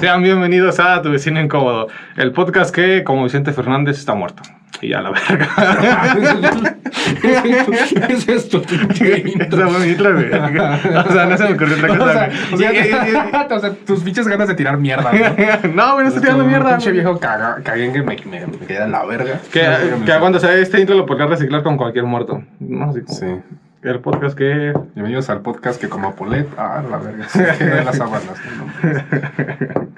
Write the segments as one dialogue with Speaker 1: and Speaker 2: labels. Speaker 1: Sean bienvenidos a Tu Vecino Incómodo, el podcast que, como Vicente Fernández, está muerto. Y ya la verga.
Speaker 2: es esto?
Speaker 1: Esa fue mi intro, güey. O sea, no se me ocurrió otra
Speaker 2: O
Speaker 1: cosa.
Speaker 2: sea,
Speaker 1: güey.
Speaker 2: ya-
Speaker 1: Y- y-
Speaker 2: o sea, tus pinches ganas de tirar mierda. ¿no?
Speaker 1: y- No, güey, no estoy tirando
Speaker 2: Tu
Speaker 1: mierda.
Speaker 2: Pinche
Speaker 1: güey.
Speaker 2: viejo caga- caguen que me, me, me queda en la verga.
Speaker 1: Que,
Speaker 2: No,
Speaker 1: que cuando sea este intro lo podrás reciclar con cualquier muerto. No, así como-
Speaker 2: Sí.
Speaker 1: El podcast que.
Speaker 2: Bienvenidos al podcast que como Apolet. Ah, la verga. Se queda en las sábanas. no, no.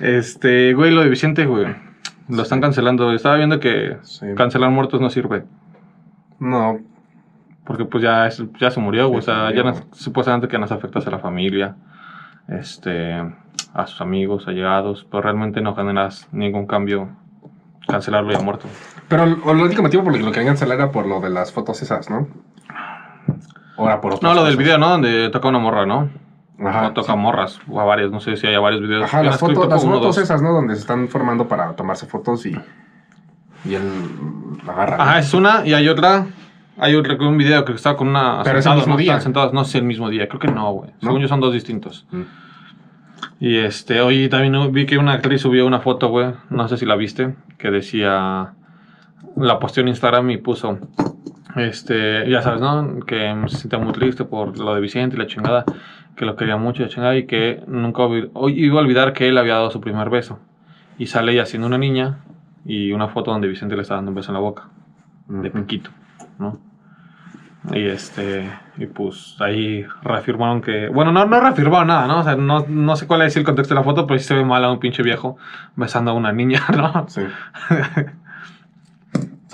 Speaker 1: Este, güey, lo de Vicente, güey. Lo están cancelando. Estaba viendo que
Speaker 2: Sí.
Speaker 1: cancelar muertos no sirve.
Speaker 2: No,
Speaker 1: Porque pues ya, es- ya se murió, güey. O
Speaker 2: Sí,
Speaker 1: sea,
Speaker 2: se
Speaker 1: ya
Speaker 2: murió.
Speaker 1: nos- supuestamente que nos afectas a la familia, este, a sus amigos, allegados, pero realmente no generas ningún cambio cancelarlo ya muerto.
Speaker 2: Pero el, el único motivo por el que lo querían cancelar era por lo de las fotos esas, ¿no? O era por otro.
Speaker 1: No, lo del video, ¿no? Donde toca una morra, ¿no?
Speaker 2: Ajá.
Speaker 1: o toca morras, o a varias, no sé si haya varios videos.
Speaker 2: Ajá,
Speaker 1: Yo en
Speaker 2: las,
Speaker 1: las cripto
Speaker 2: fotos, las
Speaker 1: pongo uno,
Speaker 2: fotos
Speaker 1: dos.
Speaker 2: esas, ¿no? Donde se están formando para tomarse fotos y. Y él mm, la agarra. ¿no?
Speaker 1: Ajá, es una y hay otra. Hay otro, un video que está con una.
Speaker 2: Pero es el
Speaker 1: sentados,
Speaker 2: mismo
Speaker 1: ¿no?
Speaker 2: día.
Speaker 1: Están sentados, no sé, el mismo día. Creo que no, güey.
Speaker 2: ¿No?
Speaker 1: Según yo son dos distintos.
Speaker 2: Mm.
Speaker 1: Y este, hoy también vi que una actriz subió una foto, güey. No sé si la viste. Que decía. La posteó en Instagram y puso. Este, ya sabes, ¿no? Que me sentía muy triste por lo de Vicente y la chingada. Que lo quería mucho y la chingada. Y que nunca olvi- hoy iba a olvidar que él había dado su primer beso. Y sale ella siendo una niña. Y una foto donde Vicente le está dando un beso en la boca
Speaker 2: Ujú.
Speaker 1: de Piquito, ¿no? Y este, y pues ahí reafirmaron que, bueno, no, no reafirmaron nada, ¿no? O sea, no, no sé cuál es el contexto de la foto, pero sí se ve mal a un pinche viejo besando a una niña, ¿no?
Speaker 2: mm, Sí.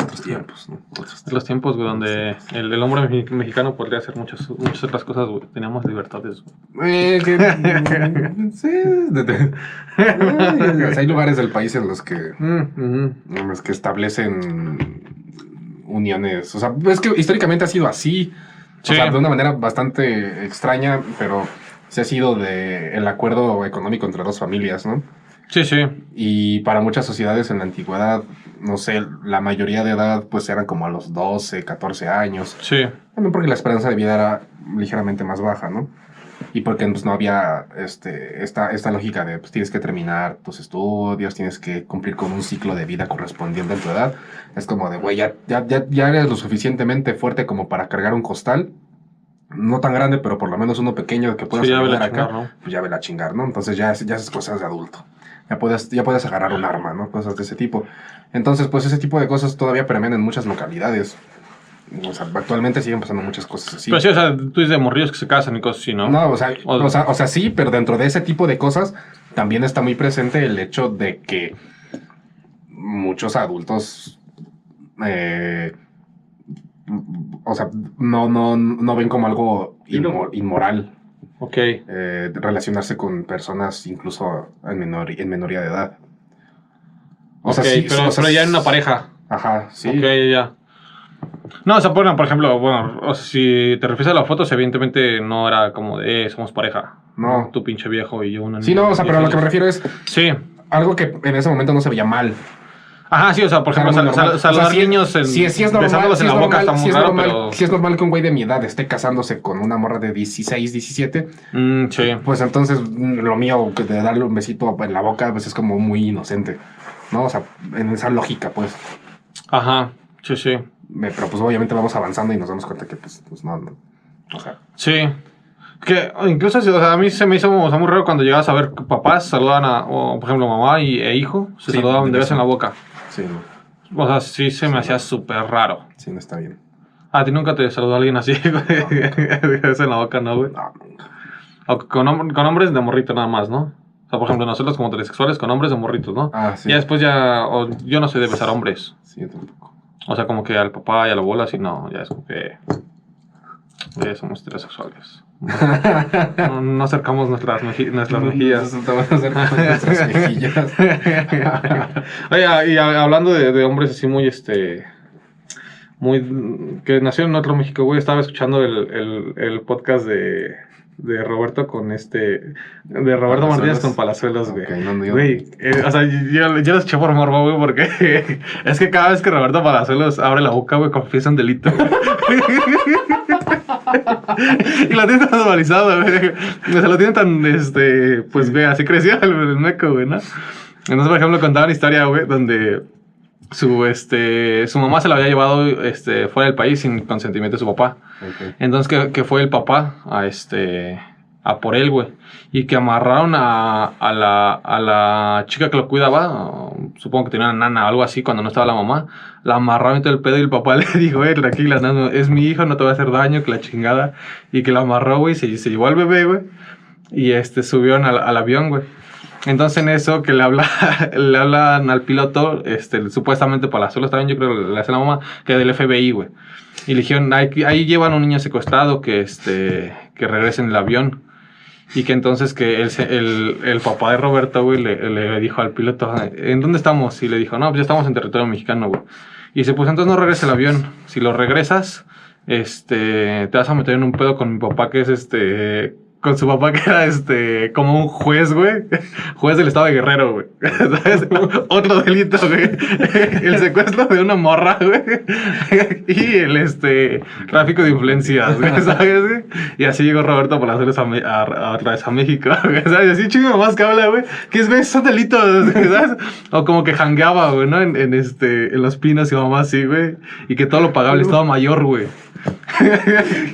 Speaker 2: Otros tiempos, ¿no? Otros
Speaker 1: De los tiempos, güey, donde el, el hombre mexi- mexicano podría hacer muchas, muchas otras cosas, güey. Teníamos libertades, güey.
Speaker 2: Eh, que- mm, sí. de- de- eh, hay lugares del país en los que. en los que establecen uniones. O sea, es que históricamente ha sido así.
Speaker 1: Sí.
Speaker 2: O sea, de una manera bastante extraña, pero se ha sido de el acuerdo económico entre dos familias, ¿no?
Speaker 1: Sí, sí.
Speaker 2: Y para muchas sociedades en la antigüedad, no sé, la mayoría de edad pues eran como a los 12, 14 años.
Speaker 1: Sí.
Speaker 2: También porque la esperanza de vida era ligeramente más baja, ¿no? Y porque pues, no había este, esta, esta lógica de pues, tienes que terminar tus estudios, tienes que cumplir con un ciclo de vida correspondiente a tu edad. Es como de, güey, ya, ya, ya, ya eres lo suficientemente fuerte como para cargar un costal. No tan grande, pero por lo menos uno pequeño que puedas
Speaker 1: Sí, ya ve la
Speaker 2: ayudar acá.
Speaker 1: chingar, ¿no?
Speaker 2: Pues ya vela a chingar, ¿no? Entonces ya, es- ya haces cosas de adulto. Ya puedes, ya puedes agarrar un arma, ¿no? Cosas de ese tipo. Entonces, pues ese tipo de cosas todavía permean en muchas localidades. O sea, actualmente siguen pasando muchas cosas así.
Speaker 1: Pero sí, o sea, tú dices de morrillos que se casan y cosas así, ¿no?
Speaker 2: No, o sea,
Speaker 1: O-
Speaker 2: o sea, o sea, sí, pero dentro de ese tipo de cosas también está muy presente el hecho de que muchos adultos, eh, o sea, no, no, no ven como algo
Speaker 1: Y no.
Speaker 2: inmo- inmoral
Speaker 1: Ok.
Speaker 2: eh, relacionarse con personas incluso en, menor, en minoría de edad.
Speaker 1: ok, pero,
Speaker 2: o sea,
Speaker 1: pero ya en una
Speaker 2: sí.
Speaker 1: pareja.
Speaker 2: Ajá, sí.
Speaker 1: Ok, ya, ya. No, o sea, bueno, por ejemplo, bueno, o sea, si te refieres a las fotos, evidentemente no era como de, eh, somos pareja.
Speaker 2: No.
Speaker 1: Tú pinche viejo y yo una
Speaker 2: Sí, no, o sea, pero a lo que me refiero es
Speaker 1: Sí.
Speaker 2: algo que en ese momento no se veía mal.
Speaker 1: Ajá, sí, o sea, por ejemplo,
Speaker 2: Era muy
Speaker 1: sal- sal-
Speaker 2: normal.
Speaker 1: saludar
Speaker 2: O sea, sí-
Speaker 1: niños en,
Speaker 2: sí, sí es normal,
Speaker 1: besándolos
Speaker 2: sí
Speaker 1: en
Speaker 2: es
Speaker 1: la boca
Speaker 2: normal,
Speaker 1: está muy
Speaker 2: sí es
Speaker 1: raro,
Speaker 2: normal,
Speaker 1: pero...
Speaker 2: sí es normal que un güey de mi edad esté casándose con una morra de 16, 17,
Speaker 1: Mm, sí.
Speaker 2: pues entonces mm, lo mío que de darle un besito en la boca pues es como muy inocente, ¿no? O sea, en esa lógica pues.
Speaker 1: Ajá, sí, sí.
Speaker 2: Me- Pero pues obviamente vamos avanzando y nos damos cuenta que pues, pues no, no. O sea,
Speaker 1: Sí. Que incluso o sea, a mí se me hizo o sea, muy raro cuando llegabas a ver que papás saludaban a, o, por ejemplo, mamá y, e hijo, se
Speaker 2: Sí,
Speaker 1: saludaban de
Speaker 2: de
Speaker 1: beso en la
Speaker 2: beso.
Speaker 1: boca.
Speaker 2: sí, no,
Speaker 1: O sea, sí se me hacía súper raro.
Speaker 2: sí, no está bien.
Speaker 1: Ah, ¿A ti nunca te saludó alguien así, güey? Eso en la boca, ¿no, güey?
Speaker 2: No, nunca.
Speaker 1: O con, hom- con hombres de morrito nada más, ¿no? O sea, por ejemplo, nosotros como transexuales con hombres de morritos, ¿no?
Speaker 2: Ah, sí,
Speaker 1: Ya después ya... o yo no soy de besar hombres.
Speaker 2: sí, yo tampoco.
Speaker 1: O sea, como que al papá y a la abuela, así, no. Ya es como que... Ya somos heterosexuales. No, no acercamos nuestras, meji- nuestras mejillas.
Speaker 2: Te van a hacer con nuestras mejillas.
Speaker 1: Oye, y a- hablando de, de hombres así muy, este... Muy... Que nació en otro México, güey. Estaba escuchando el, el, el podcast de, de Roberto con este... De Roberto Martínez
Speaker 2: Palazuelos.
Speaker 1: con Palazuelos, güey.
Speaker 2: Ok, no, no, yo-
Speaker 1: Güey, eh, o sea, yo, yo los eché por morbo, güey, porque es que cada vez que Roberto Palazuelos abre la boca, güey, confiesa un delito, güey. y la tiene tan normalizado, güey. O sea, lo tiene tan, este, pues, güey, así creció el, el meco, güey, ¿no? Entonces, por ejemplo, contaba una historia, güey, donde su, este, su mamá se la había llevado este, fuera del país sin consentimiento de su papá.
Speaker 2: Ok.
Speaker 1: Entonces, que, que fue el papá a este a por él, güey. Y que amarraron a, a, la, a la chica que lo cuidaba, o supongo que tenía una nana o algo así cuando no estaba la mamá. La amarraron y todo el pedo y el papá le dijo, eh, tranquila, nana, es mi hijo, no te va a hacer daño, que la chingada. Y que la amarró, güey, y se, se llevó al bebé, güey. Y este, subieron al, al avión, güey. Entonces en eso que le habla, le hablan al piloto, este, supuestamente Palazuelos también, yo creo que le hace la mamá, que del FBI, güey. Y le dijeron, ahí, ahí llevan a un niño secuestrado que este que regrese en el avión. Y que entonces que el, se- el, el papá de Roberto, güey, le, le dijo al piloto, ¿en dónde estamos? Y le dijo, no, pues ya estamos en territorio mexicano, güey. Y dice, pues entonces no regresa el avión. Si lo regresas, este, te vas a meter en un pedo con mi papá que es este... Con su papá que era este, como un juez, güey. Juez del estado de Guerrero, güey. ¿Sabes? Otro delito, güey. El secuestro de una morra, güey. Y el este, tráfico de influencias, güey. ¿Sabes? güey? Y así llegó Roberto Palazuelos a, Me- a, a otra vez a México, güey. ¿Sabes? Y así chingo más que habla, güey. Que es, güey, son delitos, ¿sabes? O como que jangueaba, güey, ¿no? En, en, este, en los pinos y mamá así, güey. Y que todo lo pagaba el estado mayor, güey.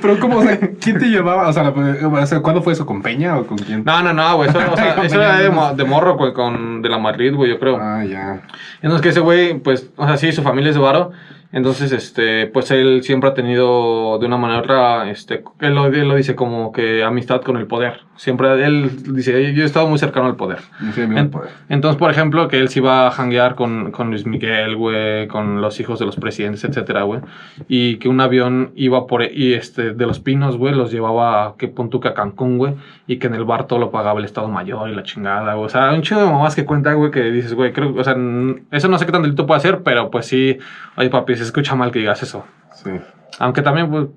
Speaker 2: Pero, ¿cómo? O sea, ¿quién te llevaba? O sea, la- o sea, ¿cuándo fue eso? ¿Con Peña o con quién?
Speaker 1: No, no, no, güey. Eso, o sea, eso era de, mo- de morro, güey, con, de la Madrid, güey, yo creo.
Speaker 2: Ah, ya.
Speaker 1: Entonces que ese güey, pues, o sea, sí, su familia es de varo. Entonces, este, pues él siempre ha tenido de una manera u otra, este, él lo, él lo dice como que amistad con el poder. Siempre él dice, yo he estado muy cercano al poder.
Speaker 2: No sé, amigo,
Speaker 1: En-
Speaker 2: poder.
Speaker 1: Entonces, por ejemplo, que él sí va a janguear con, con Luis Miguel, güey, con los hijos de los presidentes, etcétera, güey. Y que un avión iba por, y este, de los pinos, güey, los llevaba a qué punto que a Cancún, güey. Y que en el bar todo lo pagaba el Estado Mayor y la chingada, güey. O sea, un chido de mamás que cuenta, güey, que dices, güey, creo, o sea, n- eso no sé qué tan delito puede ser, pero pues sí, oye, papi, se escucha mal que digas eso.
Speaker 2: Sí.
Speaker 1: Aunque también, pues,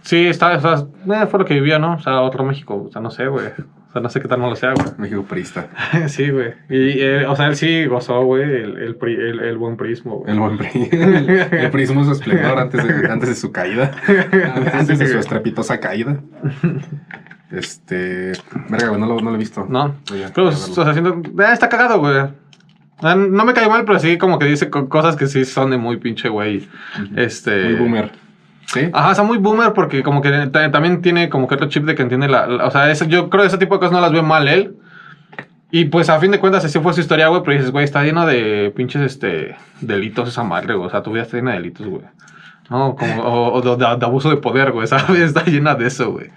Speaker 1: sí, está, o sea, eh, fue lo que vivía, ¿no? O sea, otro México, o sea, no sé, güey. O sea, no sé qué tan malo sea, güey.
Speaker 2: México perista.
Speaker 1: Sí, güey. Y, eh, o sea, él sí gozó, güey, el, el, pri- el- el buen prismo, güey.
Speaker 2: El buen PRI. El, el prismo es su esplendor antes de, antes de su caída. Antes de su estrepitosa caída. Este. Verga, güey, no lo, no lo he visto.
Speaker 1: No.
Speaker 2: Voy a-
Speaker 1: Pero, o
Speaker 2: voy a verlo.
Speaker 1: sea, siento, eh, está cagado, güey. Ah, No me cae mal, pero sí como que dice co- cosas que sí son de muy pinche, güey. Este...
Speaker 2: Muy boomer. ¿Sí?
Speaker 1: Ajá, o sea, muy boomer porque como que ta- también tiene como que otro chip de que entiende la... la- o sea, eso, yo creo que ese tipo de cosas no las ve mal él. Y pues a fin de cuentas así fue su historia, güey, pero dices, güey, está lleno de pinches, este, delitos esa madre, güey. O sea, tu vida está llena de delitos, güey. No, como, o, o de, de- de abuso de poder, güey, ¿sabes? Está llena de eso, güey.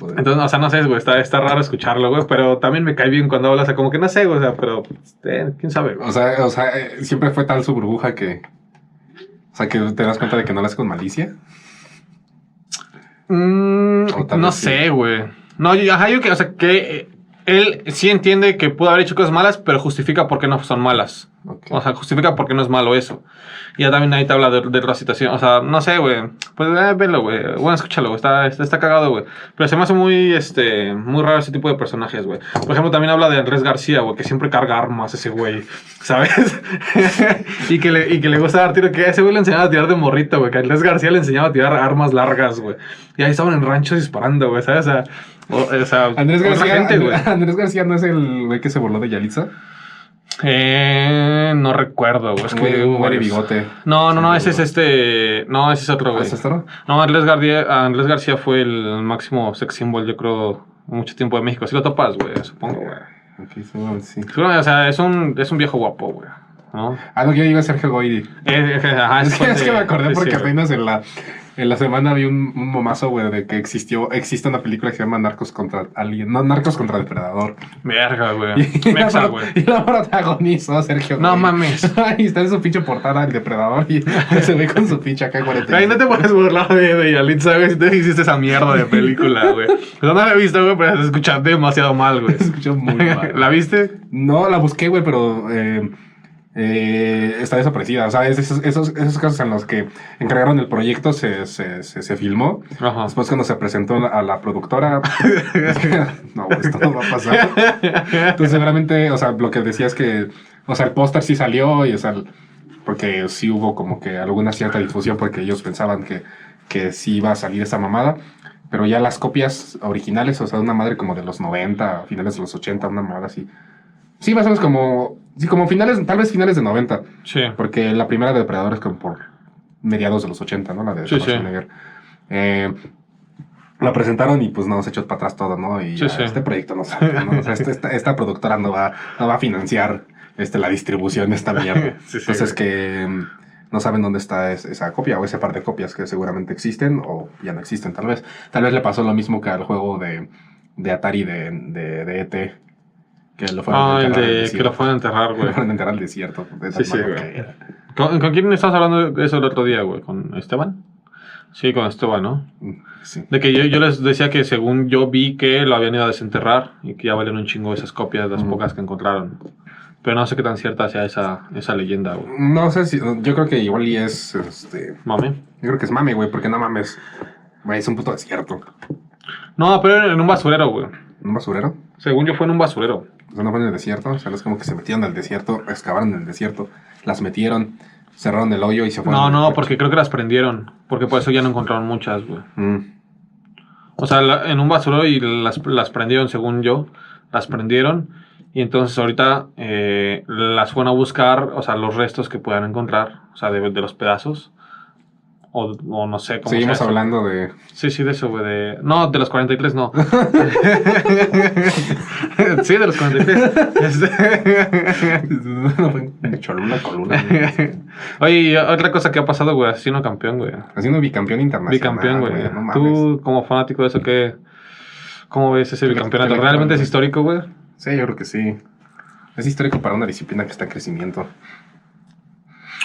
Speaker 2: Joder.
Speaker 1: Entonces, o sea, no sé, güey, está, está raro escucharlo, güey, pero también me cae bien cuando habla, o sea, como que no sé, güey, o sea, pero, eh, quién sabe, güey.
Speaker 2: O sea, o sea, eh, siempre fue tal su burbuja que. O sea, que te das cuenta de que no la hace con malicia.
Speaker 1: Mm,
Speaker 2: O tal
Speaker 1: no
Speaker 2: vez sí.
Speaker 1: sé, güey. No, yo, ajá, yo que, o sea, que eh, él sí entiende que pudo haber hecho cosas malas, pero justifica por qué no son malas.
Speaker 2: Ok.
Speaker 1: O sea, justifica por qué no es malo eso. Y ya también ahí te habla de, de otra situación. O sea, no sé, güey. Pues eh, velo, güey. Bueno, escúchalo, güey. Está, está, está cagado, güey. Pero se me hace muy, este, muy raro ese tipo de personajes, güey. Por ejemplo, también habla de Andrés García, güey, que siempre carga armas ese güey. ¿Sabes? y, que le, y que le gusta dar tiro. Que a ese güey le enseñaba a tirar de morrito, güey. Que a Andrés García le enseñaba a tirar armas largas, güey. Y ahí estaban en ranchos disparando, güey. ¿Sabes? O sea, o- o sea,
Speaker 2: Andrés
Speaker 1: otra
Speaker 2: García,
Speaker 1: gente, güey.
Speaker 2: And- Andrés García no es el güey que se burló de Yalitza.
Speaker 1: Eh, no recuerdo, güey. Es
Speaker 2: Es
Speaker 1: que
Speaker 2: que
Speaker 1: hubo
Speaker 2: un güey de
Speaker 1: varios.
Speaker 2: bigote.
Speaker 1: No, no, no, ese es
Speaker 2: Seguro.
Speaker 1: este. No, ese es otro,
Speaker 2: ¿Ah,
Speaker 1: güey.
Speaker 2: ¿Es esto?
Speaker 1: No, Andrés García, Andrés García fue el máximo sex symbol, yo creo, mucho tiempo de México. Si lo topas, güey, supongo, güey.
Speaker 2: Ok, seguramente sí.
Speaker 1: Seguramente, O sea, es un, es un viejo guapo, güey. ¿No?
Speaker 2: Ah, no, yo digo Sergio Goyri.
Speaker 1: Eh, eh, ajá,
Speaker 2: Es
Speaker 1: ese
Speaker 2: que,
Speaker 1: fue
Speaker 2: es que
Speaker 1: de-
Speaker 2: me acordé
Speaker 1: sí,
Speaker 2: porque
Speaker 1: sí, güey.
Speaker 2: apenas en la, en la semana vi un, un momazo, güey, de que existió, existe una película que se llama Narcos contra alguien, no, Narcos contra Depredador.
Speaker 1: Verga, güey.
Speaker 2: Y, la,
Speaker 1: Mexa,
Speaker 2: pro-
Speaker 1: güey.
Speaker 2: y la protagonizó Sergio.
Speaker 1: No
Speaker 2: Goyri.
Speaker 1: mames.
Speaker 2: y está en su pinche portada el Depredador y se ve con su pinche acá 40.
Speaker 1: Ahí no te puedes burlar de, de Yalitza, güey, si te hiciste esa mierda de película, güey. O sea, no la he visto, güey, pero se escucha demasiado mal, güey.
Speaker 2: Se escuchó muy mal.
Speaker 1: ¿La viste?
Speaker 2: No, la busqué, güey, pero eh, eh, está desaparecida. O sea, es de esos, esos, esos casos en los que encargaron el proyecto, se, se, se, se filmó.
Speaker 1: Ajá.
Speaker 2: Después cuando se presentó a la productora, no, güey, esto no va a pasar. Entonces seguramente, o sea, lo que decía es que, o sea, el póster sí salió y, o sea, el- porque sí hubo como que alguna cierta difusión porque ellos pensaban que que sí iba a salir esa mamada, pero ya las copias originales, o sea, una madre como de los 90, finales de los 80, una mamada así. Sí, más o menos como, sí, como finales, tal vez finales de 90,
Speaker 1: Sí.
Speaker 2: porque la primera de Depredador es como por mediados de los 80, ¿no? La de
Speaker 1: Sí, sí.
Speaker 2: Schwarzenegger. Eh, la presentaron y pues no, se echó para atrás todo, ¿no? Y
Speaker 1: Sí,
Speaker 2: ah,
Speaker 1: sí.
Speaker 2: este proyecto no sale, ¿no? O sea, este- esta, esta productora no va, no va a financiar este, la distribución de esta mierda.
Speaker 1: Sí, sí,
Speaker 2: Entonces
Speaker 1: güey.
Speaker 2: que mm, no saben dónde está es- esa copia o ese par de copias que seguramente existen o ya no existen tal vez. Tal vez le pasó lo mismo que al juego de, de Atari de, de, de ET. Que lo fueron
Speaker 1: Ah,
Speaker 2: a
Speaker 1: el
Speaker 2: enterrar al
Speaker 1: de que
Speaker 2: desierto.
Speaker 1: lo fueron a enterrar, güey.
Speaker 2: Lo fueron a enterrar al desierto. de tan
Speaker 1: Sí, sí,
Speaker 2: malo
Speaker 1: güey.
Speaker 2: que era.
Speaker 1: ¿Con, con quién estabas hablando de eso el otro día, güey? ¿Con Esteban? Sí, con Esteban, ¿no?
Speaker 2: Mm, Sí.
Speaker 1: De que yo, yo les decía que según yo vi que lo habían ido a desenterrar y que ya valieron un chingo esas copias, las
Speaker 2: Ujú.
Speaker 1: pocas que encontraron. Pero no sé qué tan cierta sea esa, esa leyenda, güey.
Speaker 2: No sé si. Yo creo que igual y es. Este,
Speaker 1: Mame.
Speaker 2: yo creo que es mame, güey, porque no mames. Güey, es un puto desierto.
Speaker 1: No, pero en un basurero, güey.
Speaker 2: ¿Un basurero?
Speaker 1: Según yo fue en un basurero.
Speaker 2: O sea, no fue en el desierto. O sea, no es como que se metieron al desierto, excavaron el desierto, las metieron, cerraron el hoyo y se fueron.
Speaker 1: No, no, porque creo que las prendieron. Porque por eso ya no encontraron muchas, güey.
Speaker 2: Mm.
Speaker 1: O sea, la- en un basurero y las, las prendieron, según yo, las prendieron. Y entonces ahorita eh, las fueron a buscar, o sea, los restos que puedan encontrar, o sea, de, de los pedazos. O, o no sé cómo sea
Speaker 2: Seguimos
Speaker 1: eso.
Speaker 2: hablando de.
Speaker 1: Sí, sí, de eso, güey. De... No, de los 43 no. sí, de los 43. Este,
Speaker 2: no fue en Cholula, Colula. güey.
Speaker 1: Este, Oye, y otra cosa que ha pasado, güey, asesino campeón, güey.
Speaker 2: Haciendo bicampeón internacional.
Speaker 1: Bicampeón, güey.
Speaker 2: No mames.
Speaker 1: Tú, como fanático de eso, ¿qué? ¿cómo ves ese
Speaker 2: Yo creo-
Speaker 1: bicampeonato?
Speaker 2: yo creo que-
Speaker 1: ¿Realmente es histórico, güey?
Speaker 2: Sí, yo creo que sí. Es histórico para una disciplina que está en crecimiento.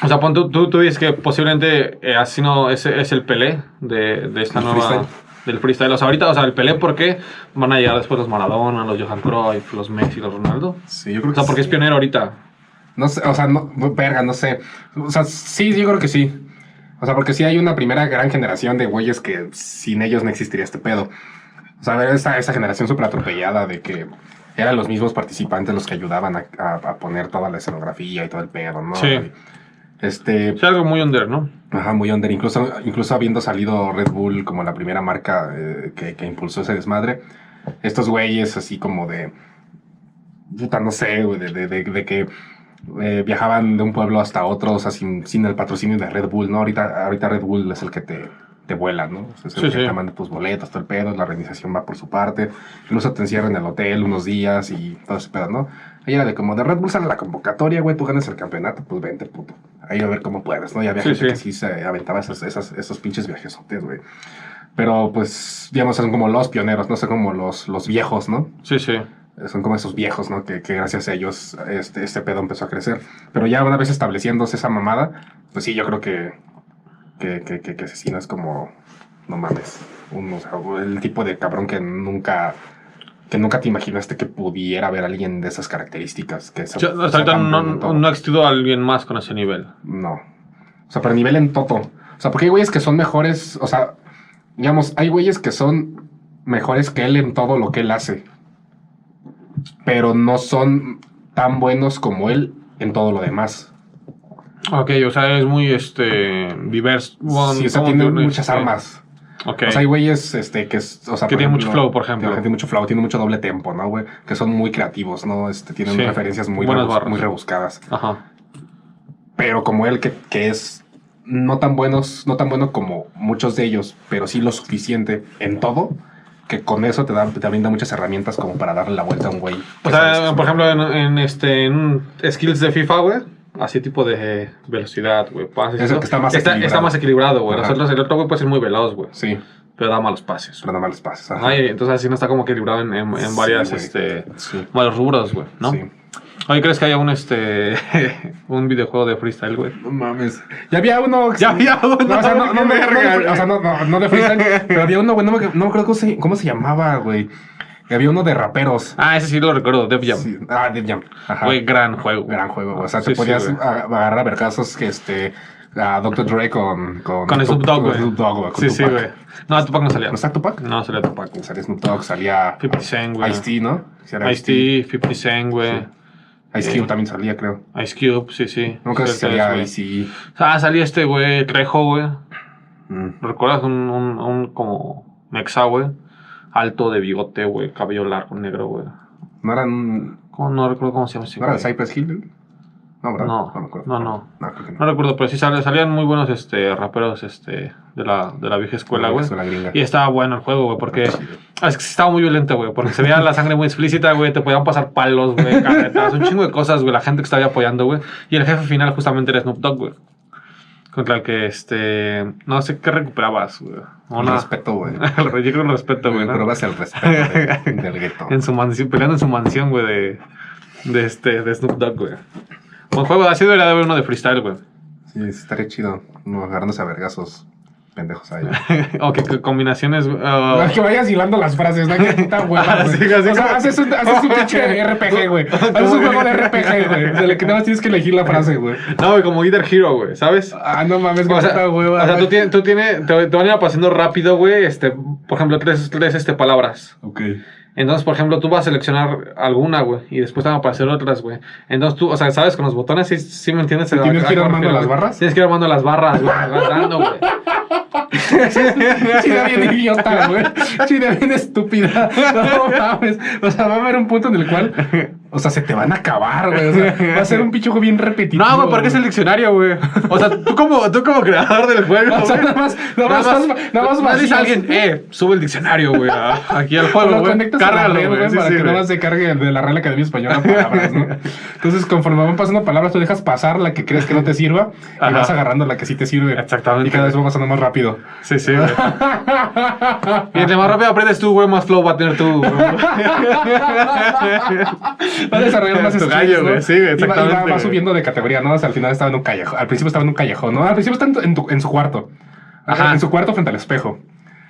Speaker 1: O sea, pon, tú, tú, tú dices que posiblemente eh, así no es, es el Pelé de, de esta
Speaker 2: El
Speaker 1: nueva...
Speaker 2: freestyle.
Speaker 1: Del freestyle. O sea, ahorita, o sea, el Pelé, ¿por qué van a llegar después los Maradona, los Johan Cruyff, los Messi, los Ronaldo?
Speaker 2: Sí, yo creo
Speaker 1: O sea, porque es pionero ahorita.
Speaker 2: No sé, o sea, no, no, verga, no sé. O sea, sí, yo creo que sí. O sea, porque sí hay una primera gran generación de güeyes que sin ellos no existiría este pedo. O sea, esa, esa generación súper atropellada de que eran los mismos participantes los que ayudaban a, a- a poner toda la escenografía y todo el pedo, ¿no?
Speaker 1: Sí.
Speaker 2: Este,
Speaker 1: Es algo muy under, ¿no?
Speaker 2: Ajá, muy under. Incluso, incluso habiendo salido Red Bull como la primera marca eh, que, que impulsó ese desmadre, estos güeyes así como de... Puta, no sé, güey, de, de- de- de que eh, viajaban de un pueblo hasta otro, o sea, sin, sin el patrocinio de Red Bull, ¿no? Ahorita, ahorita Red Bull es el que te, te vuela, ¿no? O sea, es el
Speaker 1: Sí,
Speaker 2: que
Speaker 1: sí.
Speaker 2: te manda tus boletos, todo el pedo, la organización va por su parte, incluso te encierran en el hotel unos días y todo ese pedo, ¿no? Ahí era de como de Red Bull sale la convocatoria, güey, tú ganas el campeonato, pues vente, puto. Ahí a ver cómo puedes, ¿no? Ya había
Speaker 1: Sí,
Speaker 2: gente
Speaker 1: sí.
Speaker 2: que sí se aventaba esas, esas- esos pinches viajesotes, güey. Pero pues, digamos, son como los pioneros, no son como los, los viejos, ¿no?
Speaker 1: Sí, sí.
Speaker 2: Son como esos viejos, ¿no? Que, que gracias a ellos este, este pedo empezó a crecer. Pero ya una vez estableciéndose esa mamada, pues sí, yo creo que, que, que, que, que asesino es como, no mames, un- o sea, el tipo de cabrón que nunca... Que nunca te imaginaste que pudiera haber alguien de esas características. Que se-
Speaker 1: Yo, hasta
Speaker 2: sea
Speaker 1: ahorita
Speaker 2: tan
Speaker 1: no,
Speaker 2: bueno en todo.
Speaker 1: no ha existido alguien más con ese nivel.
Speaker 2: No. O sea, pero nivel en toto. O sea, porque hay güeyes que son mejores. O sea, digamos, hay güeyes que son mejores que él en todo lo que él hace. Pero no son tan buenos como él en todo lo demás.
Speaker 1: Ok, o sea, es muy este diverso. Bueno,
Speaker 2: sí, o sea,
Speaker 1: ¿cómo
Speaker 2: tienen
Speaker 1: decirlo?
Speaker 2: muchas
Speaker 1: Este,
Speaker 2: armas.
Speaker 1: Ok.
Speaker 2: O sea, hay güeyes este, que... es- O sea,
Speaker 1: Que
Speaker 2: por
Speaker 1: tienen mucho flow, por ejemplo.
Speaker 2: que Tienen mucho flow, tienen mucho doble tempo, ¿no, güey? Que son muy creativos, ¿no? Este, tienen
Speaker 1: Sí.
Speaker 2: referencias muy,
Speaker 1: Buenas
Speaker 2: rebus-
Speaker 1: barras.
Speaker 2: muy rebuscadas.
Speaker 1: Ajá.
Speaker 2: pero como él que, que es no tan buenos, no tan bueno como muchos de ellos, pero sí lo suficiente en todo, que con eso te, da, te brinda muchas herramientas como para darle la vuelta a un güey.
Speaker 1: O
Speaker 2: que sabes que
Speaker 1: sea,
Speaker 2: es
Speaker 1: por
Speaker 2: un-
Speaker 1: ejemplo, en, en, este en skills de FIFA, güey, así tipo de eh, velocidad, güey, pases.
Speaker 2: Es el
Speaker 1: eso,
Speaker 2: que está más
Speaker 1: está,
Speaker 2: equilibrado.
Speaker 1: está más equilibrado, güey.
Speaker 2: Ajá.
Speaker 1: Nosotros el otro güey puede ser muy veloz, güey,
Speaker 2: Sí,
Speaker 1: pero da malos pases.
Speaker 2: pero no malos pases. ajá.
Speaker 1: Ajá, y entonces así no está como equilibrado en, en, en
Speaker 2: Sí,
Speaker 1: varias
Speaker 2: güey.
Speaker 1: este
Speaker 2: Sí,
Speaker 1: malos rubros, güey, ¿no?
Speaker 2: sí.
Speaker 1: Oye, ¿crees que haya un este un videojuego de freestyle, güey?
Speaker 2: No mames. Ya había uno...
Speaker 1: Ya había uno.
Speaker 2: No, o sea, no, no, no, no,
Speaker 1: verga,
Speaker 2: no, o sea, no, no, no de freestyle, pero había uno, güey, no me, no me acuerdo cómo se, cómo se llamaba, güey. Que había uno de raperos.
Speaker 1: Ah, ese sí lo recuerdo, Def Jam.
Speaker 2: Sí. Ah, Def Jam. Ajá.
Speaker 1: Güey, gran juego.
Speaker 2: Gran juego, o sea,
Speaker 1: Sí,
Speaker 2: te
Speaker 1: sí,
Speaker 2: podías
Speaker 1: güey.
Speaker 2: a- agarrar a vergazos que este a Dr. Dre con con,
Speaker 1: Con Snoop Dogg,
Speaker 2: con
Speaker 1: güey.
Speaker 2: Snoop Dogg, güey, con
Speaker 1: Sí, sí,
Speaker 2: Tupac.
Speaker 1: güey. No, Tupac no salía.
Speaker 2: ¿No está Tupac?
Speaker 1: No salía Tupac.
Speaker 2: Salía Snoop Dogg, salía
Speaker 1: 50 Cent, güey.
Speaker 2: Ice-T, ¿no? Sí, era Ice-T.
Speaker 1: Ice-T, 50 Cent, güey.
Speaker 2: Ice Cube también salía, creo.
Speaker 1: Ice Cube, sí, sí.
Speaker 2: No creo que
Speaker 1: Cierto es,
Speaker 2: salía
Speaker 1: güey.
Speaker 2: Ice-T.
Speaker 1: Ah, salía este güey, Trejo, güey.
Speaker 2: Mm.
Speaker 1: ¿Recuerdas un, un, un como mexa, güey? Alto de bigote, güey, cabello largo, negro, güey.
Speaker 2: ¿No eran.
Speaker 1: ¿Cómo? No recuerdo cómo se llama ese
Speaker 2: ¿No era de
Speaker 1: güey.
Speaker 2: Cypress Hill? No, ¿verdad?
Speaker 1: No,
Speaker 2: me acuerdo.
Speaker 1: no, no.
Speaker 2: No, creo que no.
Speaker 1: No recuerdo, pero sí sal- salían muy buenos este, raperos este, de, la, de la vieja escuela, güey.
Speaker 2: Escuela gringa.
Speaker 1: Y estaba bueno el juego, güey, porque ah,
Speaker 2: Está chido.
Speaker 1: es que sí estaba muy violento, güey, porque se veía la sangre muy explícita, güey, te podían pasar palos, güey, carretas, un chingo de cosas, güey, la gente que estaba ahí apoyando, güey. Y el jefe final justamente era Snoop Dogg, güey. Contra el que, este, no sé qué recuperabas, güey.
Speaker 2: Con
Speaker 1: Una-
Speaker 2: respeto, güey.
Speaker 1: Yo creo que un respeto, güey. ¿no?
Speaker 2: Pero vas al respeto de- del gueto.
Speaker 1: En su mansión, peleando en su mansión, güey, de, de, este, de Snoop Dogg, güey. Buen juego, así debería de haber uno de freestyle, güey.
Speaker 2: Sí, estaría chido. No agarrándose a vergazos pendejos ahí.
Speaker 1: o que, que combinaciones.
Speaker 2: No,
Speaker 1: uh,
Speaker 2: que vayas hilando las frases, ¿no? Que puta hueva, güey.
Speaker 1: Ah, Así, así
Speaker 2: o sea,
Speaker 1: como-
Speaker 2: haces un, haces un pinche RPG, güey. Haces un juego de RPG, güey. De la que nada más tienes que elegir la frase, güey.
Speaker 1: no, güey, como Either Hero, güey, ¿sabes?
Speaker 2: Ah, no mames, qué
Speaker 1: O sea,
Speaker 2: puta hueva.
Speaker 1: o sea, tú
Speaker 2: güey.
Speaker 1: tienes, tú tienes, te, te van a ir pasando rápido, güey, este, por ejemplo, tres, tres este, palabras.
Speaker 2: Ok.
Speaker 1: Entonces, por ejemplo, tú vas a seleccionar alguna, güey, y después te van a aparecer otras, güey. Entonces tú, o sea, sabes, con los botones, sí, sí me entiendes. ¿A-
Speaker 2: ¿Tienes
Speaker 1: a
Speaker 2: que ir
Speaker 1: qué me
Speaker 2: armando
Speaker 1: refiero,
Speaker 2: las
Speaker 1: güey?
Speaker 2: barras?
Speaker 1: Tienes que ir armando las barras, güey, agarrando, güey.
Speaker 2: Chida bien idiota, güey. Chida bien estúpida. No mames. O sea, va a haber un punto en el cual. O sea, se te van a acabar, güey. O sea, va a ser un pinche juego bien repetitivo.
Speaker 1: No, güey, porque es el diccionario, güey. O sea, tú como, tú como creador del juego,
Speaker 2: O sea,
Speaker 1: güey,
Speaker 2: nada más. Nada más. Nada más. Nada más
Speaker 1: dice
Speaker 2: vacías.
Speaker 1: alguien, eh, sube el diccionario, güey, a- aquí al
Speaker 2: O
Speaker 1: juego,
Speaker 2: lo
Speaker 1: güey.
Speaker 2: conectas a la
Speaker 1: Cárgalo,
Speaker 2: red,
Speaker 1: güey.
Speaker 2: güey,
Speaker 1: Sí,
Speaker 2: para
Speaker 1: sí,
Speaker 2: que
Speaker 1: güey.
Speaker 2: nada más se cargue el de la Real Academia Española palabras, ¿no? Entonces, conforme van pasando palabras, tú dejas pasar la que crees que no te sirva y
Speaker 1: Ajá.
Speaker 2: vas agarrando la que sí te sirve.
Speaker 1: Exactamente.
Speaker 2: Y cada vez va pasando más rápido.
Speaker 1: Sí, sí, güey. Y entre más rápido aprendes tú, güey, más flow va a tener tú. güey.
Speaker 2: Va a desarrollar más
Speaker 1: Tu
Speaker 2: skills,
Speaker 1: gallo,
Speaker 2: ¿no?
Speaker 1: güey, sí,
Speaker 2: Y va- Y va-
Speaker 1: exactamente,
Speaker 2: va,
Speaker 1: güey.
Speaker 2: subiendo de categoría, ¿no? O sea, al final estaba en un callejón. Al principio estaba en un callejón, ¿no? Al principio está en, tu- en tu- en su cuarto.
Speaker 1: Ajá.
Speaker 2: En su cuarto frente al espejo.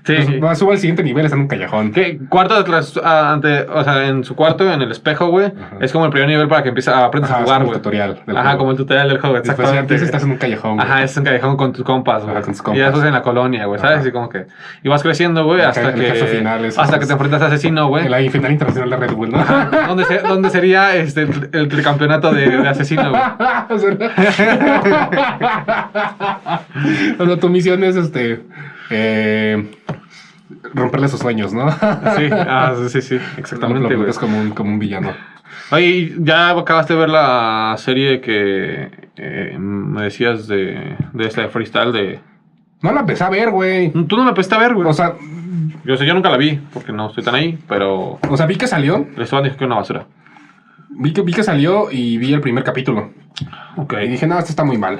Speaker 1: Sí.
Speaker 2: Entonces, va, sube al siguiente nivel, está en un callejón.
Speaker 1: Que cuarto de atrás, ah, ante, o sea, en su cuarto, en el espejo, güey, es como el primer nivel para que empieces a aprendas
Speaker 2: Ajá,
Speaker 1: a
Speaker 2: es
Speaker 1: jugar,
Speaker 2: como el
Speaker 1: güey.
Speaker 2: tutorial del
Speaker 1: Ajá,
Speaker 2: juego.
Speaker 1: como el tutorial del juego,
Speaker 2: Después ya
Speaker 1: exactamente.
Speaker 2: empiezas, estás en un callejón, güey.
Speaker 1: Ajá, es un callejón con tus compas, güey.
Speaker 2: Ajá, con
Speaker 1: Y
Speaker 2: tus compas.
Speaker 1: ya después en la colonia, güey, ¿sabes? Y como que. Y vas creciendo, güey,
Speaker 2: El
Speaker 1: hasta
Speaker 2: ca- el
Speaker 1: que.
Speaker 2: jefe final es-
Speaker 1: hasta que te enfrentas a asesino, güey.
Speaker 2: En la final internacional de Red Bull, ¿no?
Speaker 1: ¿Dónde, se- dónde sería este, el, el tricampeonato de, de asesino, güey?
Speaker 2: O sea, no. O sea, tu misión es este. eh, romperle sus sueños, ¿no?
Speaker 1: Sí, ah, sí, sí, exactamente,
Speaker 2: Lo
Speaker 1: güey.
Speaker 2: Es como un, como un villano.
Speaker 1: Oye, ¿y ¿ya acabaste de ver la serie que eh, me decías de, de esta de freestyle de...
Speaker 2: No la empecé a ver, güey.
Speaker 1: Tú no la empezaste a ver, güey.
Speaker 2: O sea,
Speaker 1: yo sé, yo nunca la vi, porque no estoy tan ahí, pero...
Speaker 2: o sea, vi que salió.
Speaker 1: Esteban dijo que era una basura.
Speaker 2: Vi que, vi que salió y vi el primer capítulo.
Speaker 1: Ok.
Speaker 2: Y dije, no, esto está muy mal.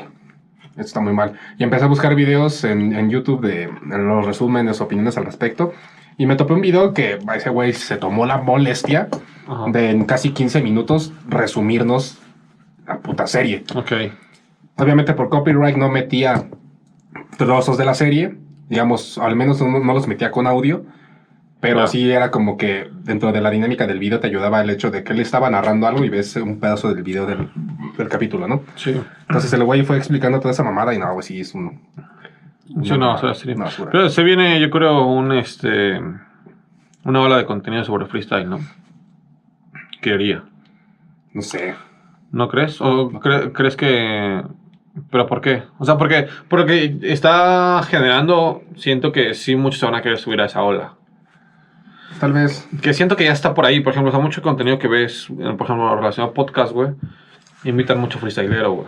Speaker 2: Esto está muy mal. Y empecé a buscar videos en, en YouTube de de los resúmenes, opiniones al respecto. Y me topé un video que ese güey se tomó la molestia
Speaker 1: Ajá.
Speaker 2: de en casi 15 minutos resumirnos la puta serie.
Speaker 1: Ok.
Speaker 2: Obviamente por copyright no metía trozos de la serie, digamos, al menos no, no los metía con audio, pero
Speaker 1: Ya.
Speaker 2: sí era como que dentro de la dinámica del video te ayudaba el hecho de que él estaba narrando algo y ves un pedazo del video del, del capítulo, ¿no?
Speaker 1: Sí.
Speaker 2: Entonces el güey fue explicando toda esa mamada y no, güey, sí es un...
Speaker 1: Sí, una basura, sí.
Speaker 2: una basura.
Speaker 1: Pero se viene, yo creo, un este... Una ola de contenido sobre freestyle, ¿no? Quería.
Speaker 2: No sé.
Speaker 1: ¿No crees? ¿O cre- crees que.? ¿Pero por qué? O sea, porque, porque está generando. Siento que sí, muchos se van a querer subir a esa ola.
Speaker 2: Tal vez...
Speaker 1: Que siento que ya está por ahí. Por ejemplo, o sea, mucho contenido que ves, eh, por ejemplo, relacionado a podcast, güey. Invitan mucho freestylero, güey.